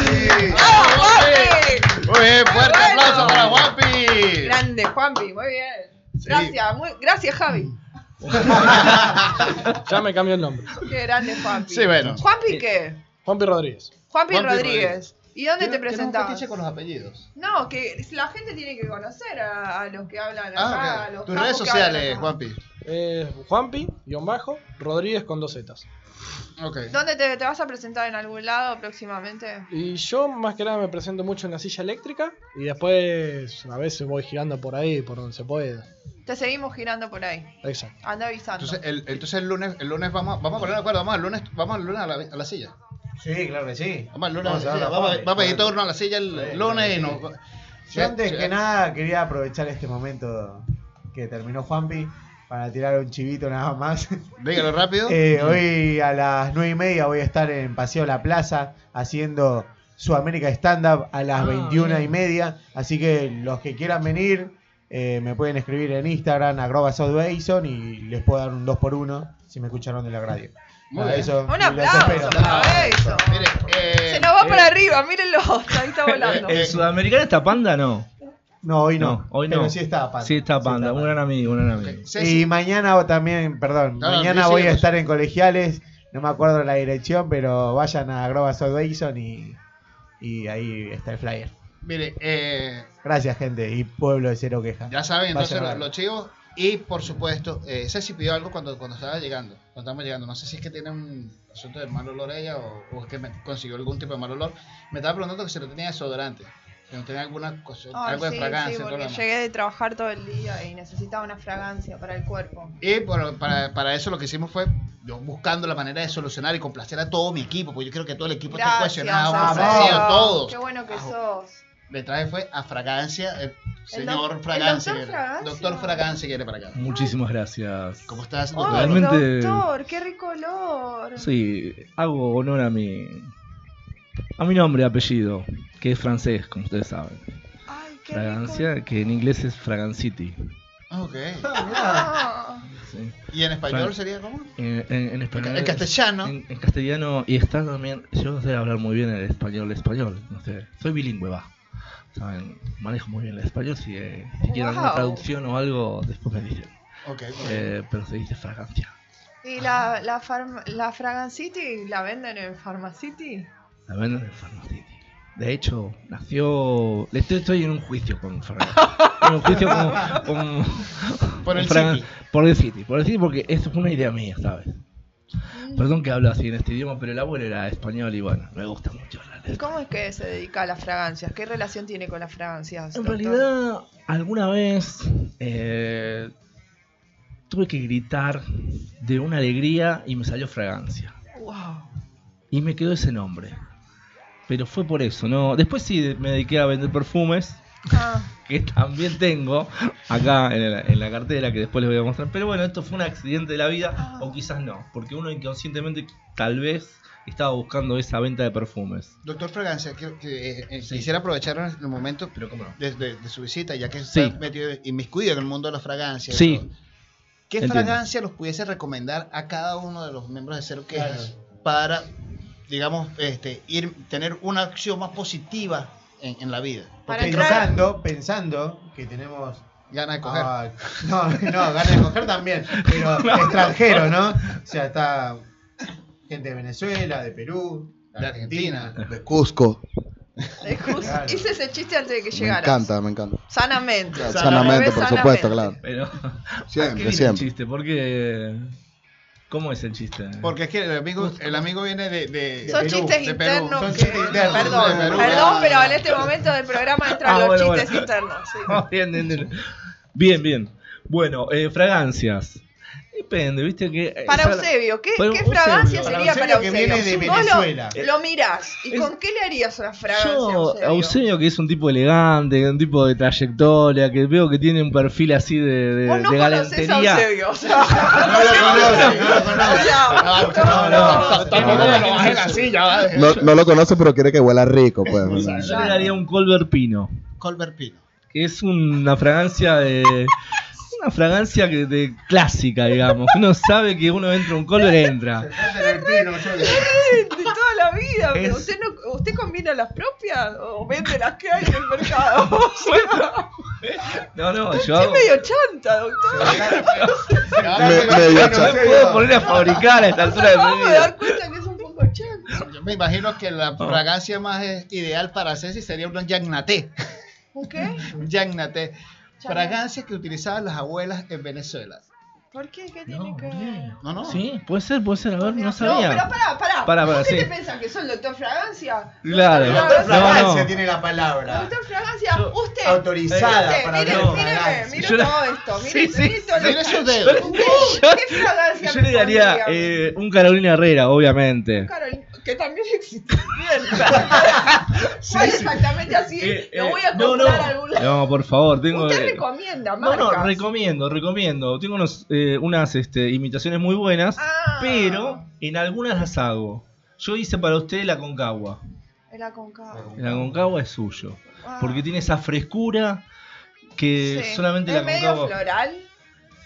S3: Muy bien, fuerte
S5: Bueno.
S3: aplauso para Guapi.
S5: Grande, Juanpi, muy bien. Gracias, muy, gracias Javi.
S8: Ya me cambió el nombre.
S5: Qué grande Juanpi.
S3: Sí, bueno.
S5: ¿Juanpi qué?
S8: Juanpi Rodríguez.
S5: Juanpi,
S3: Juanpi
S5: Rodríguez.
S3: Rodríguez.
S5: ¿Y dónde te
S3: Tiene- tiene un
S5: presentabas?
S3: fetiche con los apellidos.
S5: No, que la gente tiene que conocer a, a los que hablan acá,
S3: Ah,
S5: a
S3: ok.
S5: los
S3: Tus
S5: capos
S3: redes
S5: que
S3: sociales,
S5: hablan acá.
S3: Guapi.
S8: Eh, Juanpi, guión bajo, Rodríguez con dos zetas.
S3: Ok.
S5: ¿Dónde te, te vas a presentar en algún lado próximamente?
S8: Y yo más que nada me presento mucho en la silla eléctrica y después a veces voy girando por ahí, por donde se puede.
S5: Te seguimos girando por ahí.
S8: Exacto.
S5: Anda avisando.
S3: Entonces el, entonces el lunes, el lunes vamos, a- vamos a poner de acuerdo, vamos al lunes, vamos al lunes a la, a la silla.
S6: Sí, claro que sí.
S3: Vamos al lunes
S6: Vamos
S3: a
S6: a
S3: la
S6: dar
S3: silla.
S6: la
S3: Vamos, a-
S6: Juanpi,
S3: vamos a ir
S6: claro.
S3: turno a la silla el
S6: Sí,
S3: lunes y
S6: claro
S3: nos.
S6: que Yo antes
S3: Sí,
S6: que
S3: sí.
S6: nada quería aprovechar este momento que terminó Juanpi para tirar un chivito nada más.
S3: Dígalo rápido.
S6: Eh, hoy a las 9 y media voy a estar en Paseo La Plaza haciendo Sudamérica Stand Up a las
S8: Ah,
S6: 21 y
S8: bien.
S6: media. Así que los que quieran venir eh, me pueden escribir en Instagram arroba southbason y les puedo dar un 2x1 si me escucharon de la radio.
S3: Muy
S6: Nada,
S3: bien.
S6: eso,
S5: Un
S6: los
S5: aplauso
S6: espero.
S5: para eso.
S3: Mire, eh,
S5: Se nos va para arriba, mírenlo. [laughs] Ahí está volando.
S7: El sudamericano está panda, no.
S6: No, hoy no.
S7: No, hoy no.
S6: Pero sí está Panda.
S7: Sí, está panda, un gran amigo, un gran amigo.
S3: Ceci-
S6: Y mañana también, perdón,
S3: Claro,
S6: mañana
S3: sí,
S6: voy a
S3: sí,
S6: estar en colegiales, no me acuerdo la dirección, pero vayan a Groba Bason y, y ahí está el flyer.
S3: mire, eh,
S6: Gracias, gente, y pueblo de cero queja.
S3: ya saben, entonces
S6: Vayan a
S3: los,
S6: ver.
S3: los chivos. Y por supuesto, eh, Ceci pidió algo cuando, cuando estaba llegando. Cuando estábamos llegando. No sé si es que tiene un asunto de mal olor ella o, o es que me consiguió algún tipo de mal olor. Me estaba preguntando que si no tenía desodorante. Que no tenía alguna cosa,
S5: Ay,
S3: algo de
S5: sí,
S3: fragancia.
S5: sí,
S3: todo lo
S5: porque
S3: demás.
S5: llegué de trabajar todo el día y necesitaba una fragancia para el cuerpo.
S3: Y por- para, para eso lo que hicimos fue yo buscando la manera de solucionar y complacer a todo mi equipo, porque yo quiero que todo el equipo esté
S5: Gracias,
S3: cohesionado,
S5: Alfredo.
S3: complacido, todos. Ah,
S5: Qué bueno que sos.
S3: Le traje fue a Fragancia, el señor
S5: doc- el
S3: Fragancia.
S5: doctor
S3: que era.
S5: Fragancia.
S3: Doctor Fragancia viene para acá.
S7: Muchísimas gracias.
S3: ¿Cómo estás?
S5: Oh,
S3: doctor?
S7: Realmente-
S5: doctor, qué rico olor.
S7: Sí, hago honor a mi. a mi nombre y apellido, que es francés, como ustedes saben.
S5: Ay, qué rico.
S7: Fragancia, que en inglés es Fragancity.
S3: Ah, ok.
S5: Ah,
S7: sí.
S3: ¿Y en español
S7: Fran-
S3: sería cómo?
S7: En, en- en español.
S3: En
S7: es-
S3: castellano.
S7: En, en castellano, y está también. Yo no sé hablar muy bien el español, español. No sé, soy bilingüe, va. Saben, manejo muy bien el español. Si, eh, si quieren alguna
S5: Wow.
S7: traducción o algo, después me dicen.
S3: Ok, ok.
S7: Eh, pero se dice fragancia.
S5: ¿Y
S7: Ah.
S5: la, la, farm- la Fragancity la venden en Pharmacity?
S7: La venden en Pharmacity. De hecho, nació. le Estoy, estoy en un juicio con Ferrer. En un juicio con. con-
S3: [laughs] Por el
S7: con Ferrer-
S3: City.
S7: Por el City. Por el City, porque esto fue una idea mía, ¿sabes? Perdón que hablo así en este idioma, pero el abuelo era español y bueno, me gusta mucho hablar de
S5: ¿Y cómo es que se dedica a las fragancias? ¿Qué relación tiene con las fragancias?
S7: En
S5: doctor?
S7: realidad, alguna vez eh, tuve que gritar de una alegría y me salió fragancia.
S5: Wow.
S7: Y me quedó ese nombre. Pero fue por eso, ¿no? Después sí de- me dediqué a vender perfumes,
S5: Ah,
S7: que también tengo acá en la, en la cartera, que después les voy a mostrar. Pero bueno, esto fue un accidente de la vida, o quizás no, porque uno inconscientemente tal vez estaba buscando esa venta de perfumes.
S3: Doctor Fragancia, que, que, eh, eh, quisiera aprovechar el momento
S7: Pero cómo no.
S3: de, de- de su visita, ya que
S7: Sí.
S3: está metido inmiscuido en el mundo de las fragancias. y
S7: Sí.
S3: todo. ¿Qué
S7: Entiendo.
S3: fragancia los pudiese recomendar a cada uno de los miembros de Cero Quejas para, digamos, este, ir, tener una acción más positiva en, en la vida?
S5: Para
S3: Porque
S5: entrar-
S6: Pensando, pensando que tenemos.
S3: gana de coger.
S6: Ah, no, no, ganas de coger también,
S3: [laughs]
S6: pero extranjero, ¿no? O sea, está gente de Venezuela, de Perú, de
S3: De
S6: Argentina.
S9: De Cusco.
S5: es justo-
S6: Claro.
S5: Hice ese chiste antes de que
S9: Me
S5: llegaras.
S9: encanta, me encanta.
S5: Sanamente.
S9: Sanamente,
S5: Sanamente,
S9: por supuesto, claro.
S5: sanamente.
S7: Pero. [laughs] ¿Qué
S9: Siempre,
S7: viene el
S9: siempre.
S7: chiste? Porque. ¿Cómo es el chiste?
S3: Porque es que el amigo, el amigo viene de, de-
S5: Son
S3: de Perú,
S5: chistes
S3: de Perú.
S5: internos
S3: Son
S5: que-
S3: chistes internos.
S5: Perdón,
S3: de Perú.
S5: perdón, pero en este momento del programa entran
S7: Ah,
S5: los
S7: bueno, Ah,
S5: chistes
S7: bueno.
S5: internos. sí.
S7: [laughs] No, bien, bien, bien. Bien, bien. Bueno, eh, fragancias. Depende, viste que. eh,
S5: Para
S7: esa-
S5: Eusebio, ¿qué,
S7: Para
S5: qué
S7: Eusebio,
S5: fragancia
S7: para
S5: sería para
S6: Eusebio que
S5: Eusebio?
S6: viene de
S5: Vos lo-
S6: Venezuela.
S5: Lo, mirás. ¿Y
S7: Es-
S5: con qué le harías una fragancia a
S7: Yo,
S5: Eusebio?
S7: Eusebio, que es un tipo elegante, un tipo de trayectoria, que veo que tiene un perfil así de, de,
S5: Vos no
S7: Eh, de
S5: conocés a
S7: galantería.
S5: Eusebio. O sea,
S3: No lo conoce, no lo
S5: o
S3: conoce.
S5: sea,
S3: No, no, no. Tampoco
S7: no,
S3: me
S7: no,
S3: lo bajen así, ya va.
S9: No, no lo conoce, pero quiere que huela rico, pues.
S7: Yo le daría un Colbert Pino,
S3: Colbert Pino.
S7: que es una fragancia de. [laughs] Una fragancia que- de clásica, digamos. Uno sabe que uno entra, un Colbert entra.
S3: Colbert Pino, [laughs] yo le-
S5: de toda la vida. pero
S7: Es-
S5: ¿Usted, no, ¿Usted combina las propias o vende las que hay en el
S7: [laughs]
S5: mercado? O [laughs] sea,
S7: No, no, yo.
S5: usted es
S7: hago-
S5: medio chanta, doctor.
S9: Me, medio
S7: No me
S9: cha-
S7: puedo poner a fabricar a esta
S5: Nos
S7: altura de mi
S5: acabamos de
S7: vida.
S5: dar cuenta que es un poco chanta.
S3: Yo me imagino que la
S7: Ah.
S3: fragancia más eh, ideal para Ceci sería un yagnaté.
S5: ¿Ok?
S3: Un yagnaté. Fragancia que utilizaban las abuelas en Venezuela.
S5: ¿Por qué? ¿Qué tiene
S7: No,
S5: que ver?
S7: bien.
S3: No, no.
S7: Sí, puede ser, puede ser. A ver, no
S5: No, pero
S7: sabía.
S5: pará, pará.
S7: Pará, pará,
S5: ¿Usted
S7: sí.
S5: te piensa que soy el doctor Fragancia?
S7: Claro.
S5: No,
S6: Doctor
S5: no, no.
S6: Fragancia tiene la palabra.
S5: Doctor Fragancia,
S7: Yo-
S5: usted.
S6: Autorizada
S5: usted,
S6: para
S5: mire,
S6: hablar de
S5: mire,
S6: fragancia.
S5: mire
S7: Yo la-
S5: todo esto. Mire,
S7: Sí, sí.
S5: mire todo lo-
S3: Mira esos dedos.
S5: Usted, ¿Qué fragancia
S7: Yo le daría
S5: pondría?
S7: eh, un Carolina Herrera, obviamente.
S5: Carolina, eh, que también existe. Bien. ¿Cuál [laughs] exactamente así?
S7: Eh, eh,
S5: Lo voy a comprar
S7: no, no.
S5: a algún lado.
S7: No, por favor, tengo.
S5: Usted
S7: eh,
S5: recomienda
S7: no,
S5: marcas.
S7: no, recomiendo, recomiendo. Tengo unos, eh, unas este, imitaciones muy buenas,
S5: Ah.
S7: pero en algunas las hago. Yo hice para usted la Concagua.
S5: Era con cabo.
S7: La Concagua es suyo. Porque tiene esa frescura que
S5: Sí.
S7: solamente
S5: ¿Es
S7: la
S5: medio
S7: Concagua.
S5: floral?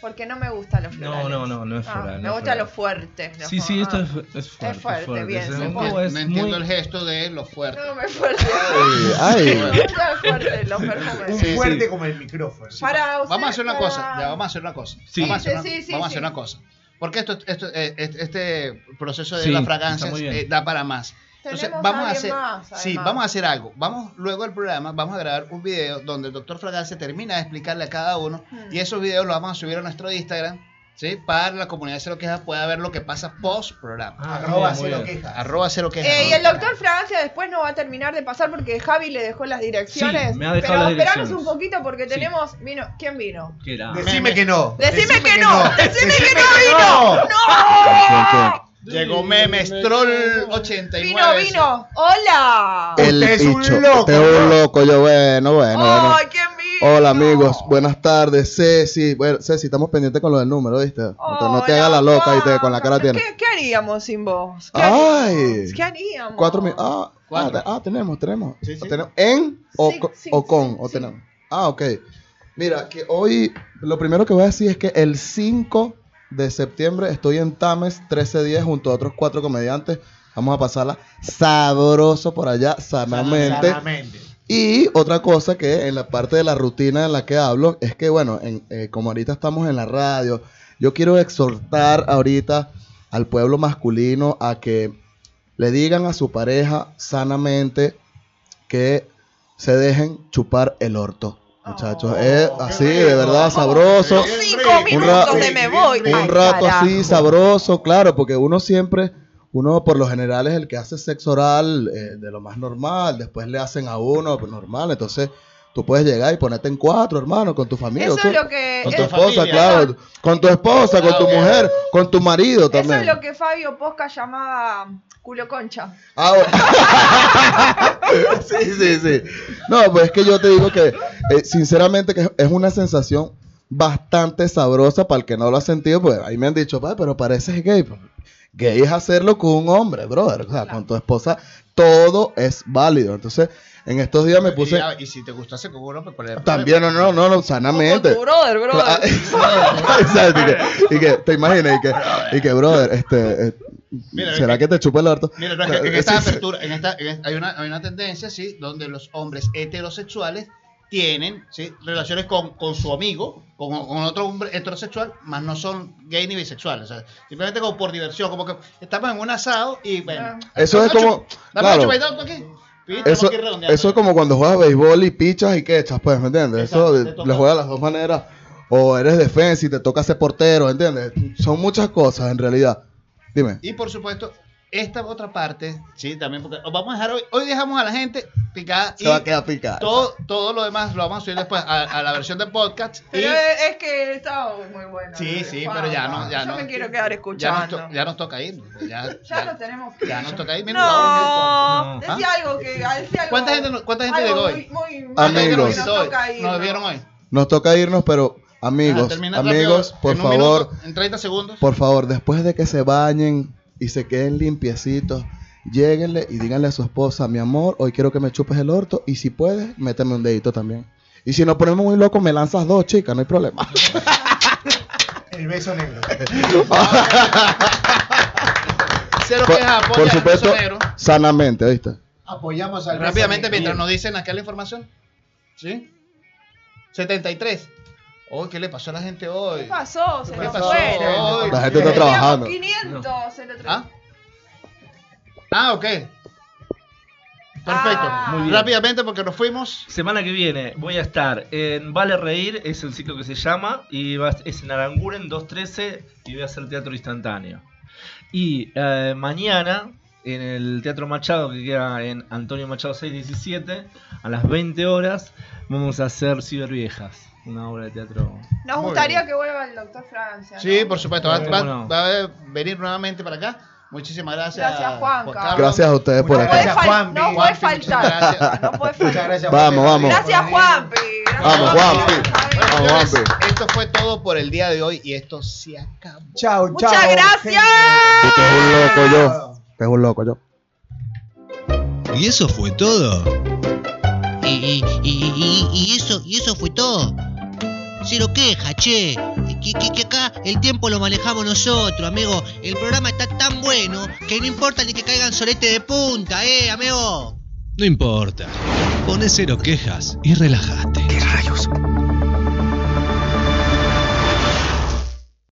S5: Porque no me gustan los florales.
S7: No, no, no, no es
S5: Ah,
S7: floral.
S5: me
S7: no es
S5: gusta
S7: floral.
S5: lo fuerte. lo
S7: Sí, sí,
S5: fu-
S7: esto
S5: ah.
S7: es, es fuerte.
S5: Es fuerte, bien,
S7: Ese
S5: se
S7: Mongo
S5: puede.
S7: es
S3: No entiendo el
S7: muy-
S3: gesto de los fuertes.
S5: No, me fuerte. [laughs]
S9: Ay,
S5: Me
S9: ay.
S5: gusta fuerte los perfumes.
S3: Sí, sí.
S6: Fuerte como el micrófono.
S5: Para usted,
S3: Vamos a hacer una
S5: para-
S3: cosa. Ya, vamos a hacer una cosa.
S7: Sí.
S3: Vamos a hacer
S5: Sí,
S3: una,
S5: sí, sí,
S3: vamos a
S5: sí.
S3: hacer una cosa. Porque esto, esto, eh, este- este proceso de
S7: Sí,
S3: las
S7: está
S3: fragancias
S7: muy bien.
S3: eh, da para más. Entonces,
S5: Tenemos
S3: vamos
S5: a
S3: a hacer,
S5: alguien más,
S3: sí,
S5: además.
S3: vamos a hacer algo. Vamos luego al programa, vamos a grabar un video donde el doctor Fragancia termina de explicarle a cada uno
S5: Hmm.
S3: y esos videos los vamos a subir a nuestro Instagram, ¿sí? Para la comunidad de Cero Quejas pueda ver lo que pasa post programa.
S7: Ah,
S6: Arroba
S7: muy
S6: cero
S7: bien.
S6: quejas.
S3: Arroba Cero Quejas.
S5: Eh, y el doctor Fragancia después no va a terminar de pasar porque Javi le dejó las direcciones.
S7: Sí, me ha dejado
S5: pero
S7: las
S5: esperanos
S7: direcciones.
S5: un poquito porque
S7: Sí.
S5: tenemos. Vino, ¿Quién vino?
S7: ¿Qué era?
S6: Decime que no.
S5: Decime, que, no, decime que no vino. No.
S3: Llegó Memes Troll 89.
S5: Vino, vino. Hola.
S9: El
S6: Usted es un
S9: bicho.
S6: loco,
S9: Usted es un loco, yo bueno, bueno, bueno.
S5: Ay, ¿quién vino?
S9: Hola amigos, buenas tardes, Ceci. Bueno, Ceci, estamos pendientes con lo del número, ¿viste? No te, no te
S5: Hola,
S9: hagas la loca y
S5: Juan.
S9: te con la cara tienes.
S5: ¿Qué, qué haríamos sin vos? ¿Qué
S9: Ay.
S5: haríamos? ¿Qué haríamos?
S9: Cuatro mil. Ah,
S3: Cuatro.
S9: ah, te- ah, tenemos, tenemos.
S3: Sí, sí.
S9: Tenemos- ¿En o,
S5: Sí,
S9: co-
S5: sí,
S9: o con?
S5: sí,
S9: o
S5: sí.
S9: tenemos. Ah, ok. Mira, que hoy lo primero que voy a decir es que el 5 de septiembre estoy en Tames 1310 junto a otros cuatro comediantes. Vamos a pasarla sabroso por allá, sanamente.
S6: Sanamente.
S9: Y otra cosa que en la parte de la rutina en la que hablo es que, bueno, en, eh, como ahorita estamos en la radio, yo quiero exhortar ahorita al pueblo masculino a que le digan a su pareja sanamente
S7: que se dejen chupar el orto.
S5: Ah.
S7: Muchachos,
S9: eh.
S7: es así, Ah, de verdad, sabroso.
S5: Cinco minutos de me voy.
S7: Un
S5: Ay,
S7: rato
S5: carajo.
S7: así, sabroso, claro, porque uno siempre, uno por lo general es el que hace sexo oral eh, de lo más normal, después le hacen a uno pues, normal, entonces tú puedes llegar y ponerte en cuatro, hermano, con tu familia.
S5: Eso
S7: tú-
S5: es lo que-
S7: Con tu
S5: eso-
S7: esposa,
S5: familia.
S7: claro. Con tu esposa, con tu mujer, con tu marido
S5: Eso es
S7: también.
S5: lo que Fabio Posca llamaba culo concha.
S7: Ah, bueno. [laughs] sí, sí, sí. No, pues es que yo te digo que, eh, sinceramente, que es una sensación bastante sabrosa para el que no lo ha sentido. Pues ahí me han dicho, "Pa, pero pareces gay. Pues, Gay es hacerlo con un hombre, brother. O sea, con tu esposa todo es válido. Entonces, en estos días me puse.
S3: Y, y si te gustase con uno, pues con el-
S7: También, no, no, no, no sanamente. ah,
S5: Brother, brother.
S7: Exacto, y que, y que te imaginas, y que, y que brother, este, eh,
S3: Mira,
S7: ¿será
S3: es
S7: que te chupa el harto?
S3: Mira, no, es que en esta apertura, en esta, en esta- hay, una, hay una tendencia, ¿sí? Donde los hombres heterosexuales tienen, ¿sí? Relaciones con, con su amigo, con, con otro hombre heterosexual, más no son gay ni bisexuales. o sea, simplemente como por diversión, como que estamos en un asado y bueno.
S7: Eso es como-
S3: Dame
S7: claro.
S3: ocho bailando aquí. Sí, tenemos
S7: Eso,
S3: que ir redondeando.
S7: eso es como cuando juegas béisbol y pichas y que echas, pues, ¿me entiendes?
S3: Exacto, te
S7: Eso
S3: toca.
S7: le juegas las dos maneras. O eres defensa y te toca ser portero, ¿entiendes? Son muchas cosas en realidad. Dime.
S3: Y por supuesto, esta otra parte, sí, también, porque os vamos a dejar hoy, hoy dejamos a la gente picada
S7: Se
S3: y
S7: va a quedar picada.
S3: todo, todo lo demás lo vamos a subir después a, a la versión de podcast. y-
S5: Pero es es que estaba muy bueno.
S3: Sí, sí, pero ya no, ya
S5: Yo
S3: no.
S5: me quiero quedar
S3: ya nos,
S5: escuchando.
S3: to- ya nos toca ir. Ya,
S5: Ya
S3: ya-
S5: nos tenemos que
S3: ya nos toca ir. mira,
S5: No,
S3: ¿Ah?
S5: decía algo que. Decía algo,
S3: ¿Cuánta gente, no- cuánta gente
S5: algo
S3: llegó
S5: muy-
S3: hoy?
S5: muy malo
S3: ¿Cuánta gente
S7: Amigos.
S3: nos visitó hoy? ¿Nos vieron hoy?
S7: Nos toca irnos, pero
S3: Ah,
S7: amigos,
S3: termina rápido,
S7: amigos, por
S3: en un
S7: favor,
S3: minuto, en 30 segundos.
S7: por favor, después de que se bañen y se queden limpiecitos, lléguenle y díganle a su esposa, mi amor, hoy quiero que me chupes el orto y si puedes, méteme un dedito también. Y si nos ponemos muy locos, me lanzas dos, chicas, no hay problema. [laughs]
S6: El beso negro.
S3: Cero
S7: Por,
S3: quejas, apoya
S7: por
S3: al
S7: supuesto,
S3: Beso Negro.
S7: sanamente, ¿viste?
S3: Apoyamos al Rápidamente, mientras nos dicen acá la información. ¿Sí? 73. Hoy, ¿qué le pasó a la gente hoy?
S5: ¿Qué pasó? Se
S3: ¿Qué
S5: nos
S3: pasó
S5: fueron.
S3: hoy?
S7: La gente está trabajando.
S5: 500 el otro
S3: ¿Ah?
S5: día.
S3: Ah, ok. Perfecto.
S5: Ah.
S3: Muy bien. Rápidamente, porque nos fuimos.
S12: Semana que viene voy a estar en Vale Reír, es el ciclo que se llama, y va- es en Aranguren 213 y voy a hacer teatro instantáneo. Y eh, mañana en el Teatro Machado, que queda en Antonio Machado 617, a las 20 horas, vamos a hacer Ciberviejas, una obra de teatro.
S5: Nos
S3: Muy
S5: gustaría que vuelva el doctor Francia. ¿no?
S3: Sí, por supuesto. Va,
S12: ¿Cómo
S3: va-
S12: no?
S3: va a venir nuevamente para acá. Muchísimas gracias.
S5: Gracias, Juanca.
S3: Carlos.
S7: Gracias a ustedes por
S5: No
S7: acá.
S5: puede,
S6: Gracias,
S5: fal-
S6: Juanpi.
S5: no puede
S3: Juanpi,
S5: faltar.
S3: muchas gracias.
S5: No puede faltar.
S6: gracias,
S7: Vamos,
S6: Juanpi.
S7: vamos.
S5: Gracias, Juanpi. Gracias,
S7: Vamos, Juanpi.
S5: Ay,
S3: Bueno,
S7: Vamos,
S3: señores,
S7: Juanpi.
S3: esto fue todo por el día de hoy y esto se acabó.
S6: Chao, chao.
S5: Muchas
S6: gente.
S5: gracias.
S7: Este es un loco yo. Este es un loco yo.
S13: Y eso fue todo.
S2: Y, y- y- y- y eso, y eso fue todo. Cero queja, che. Que, que- que acá el tiempo lo manejamos nosotros, amigo. El programa está tan bueno que no importa ni que caigan solete de punta, eh, amigo.
S13: No importa. Poné cero quejas y relájate.
S2: ¿Qué rayos?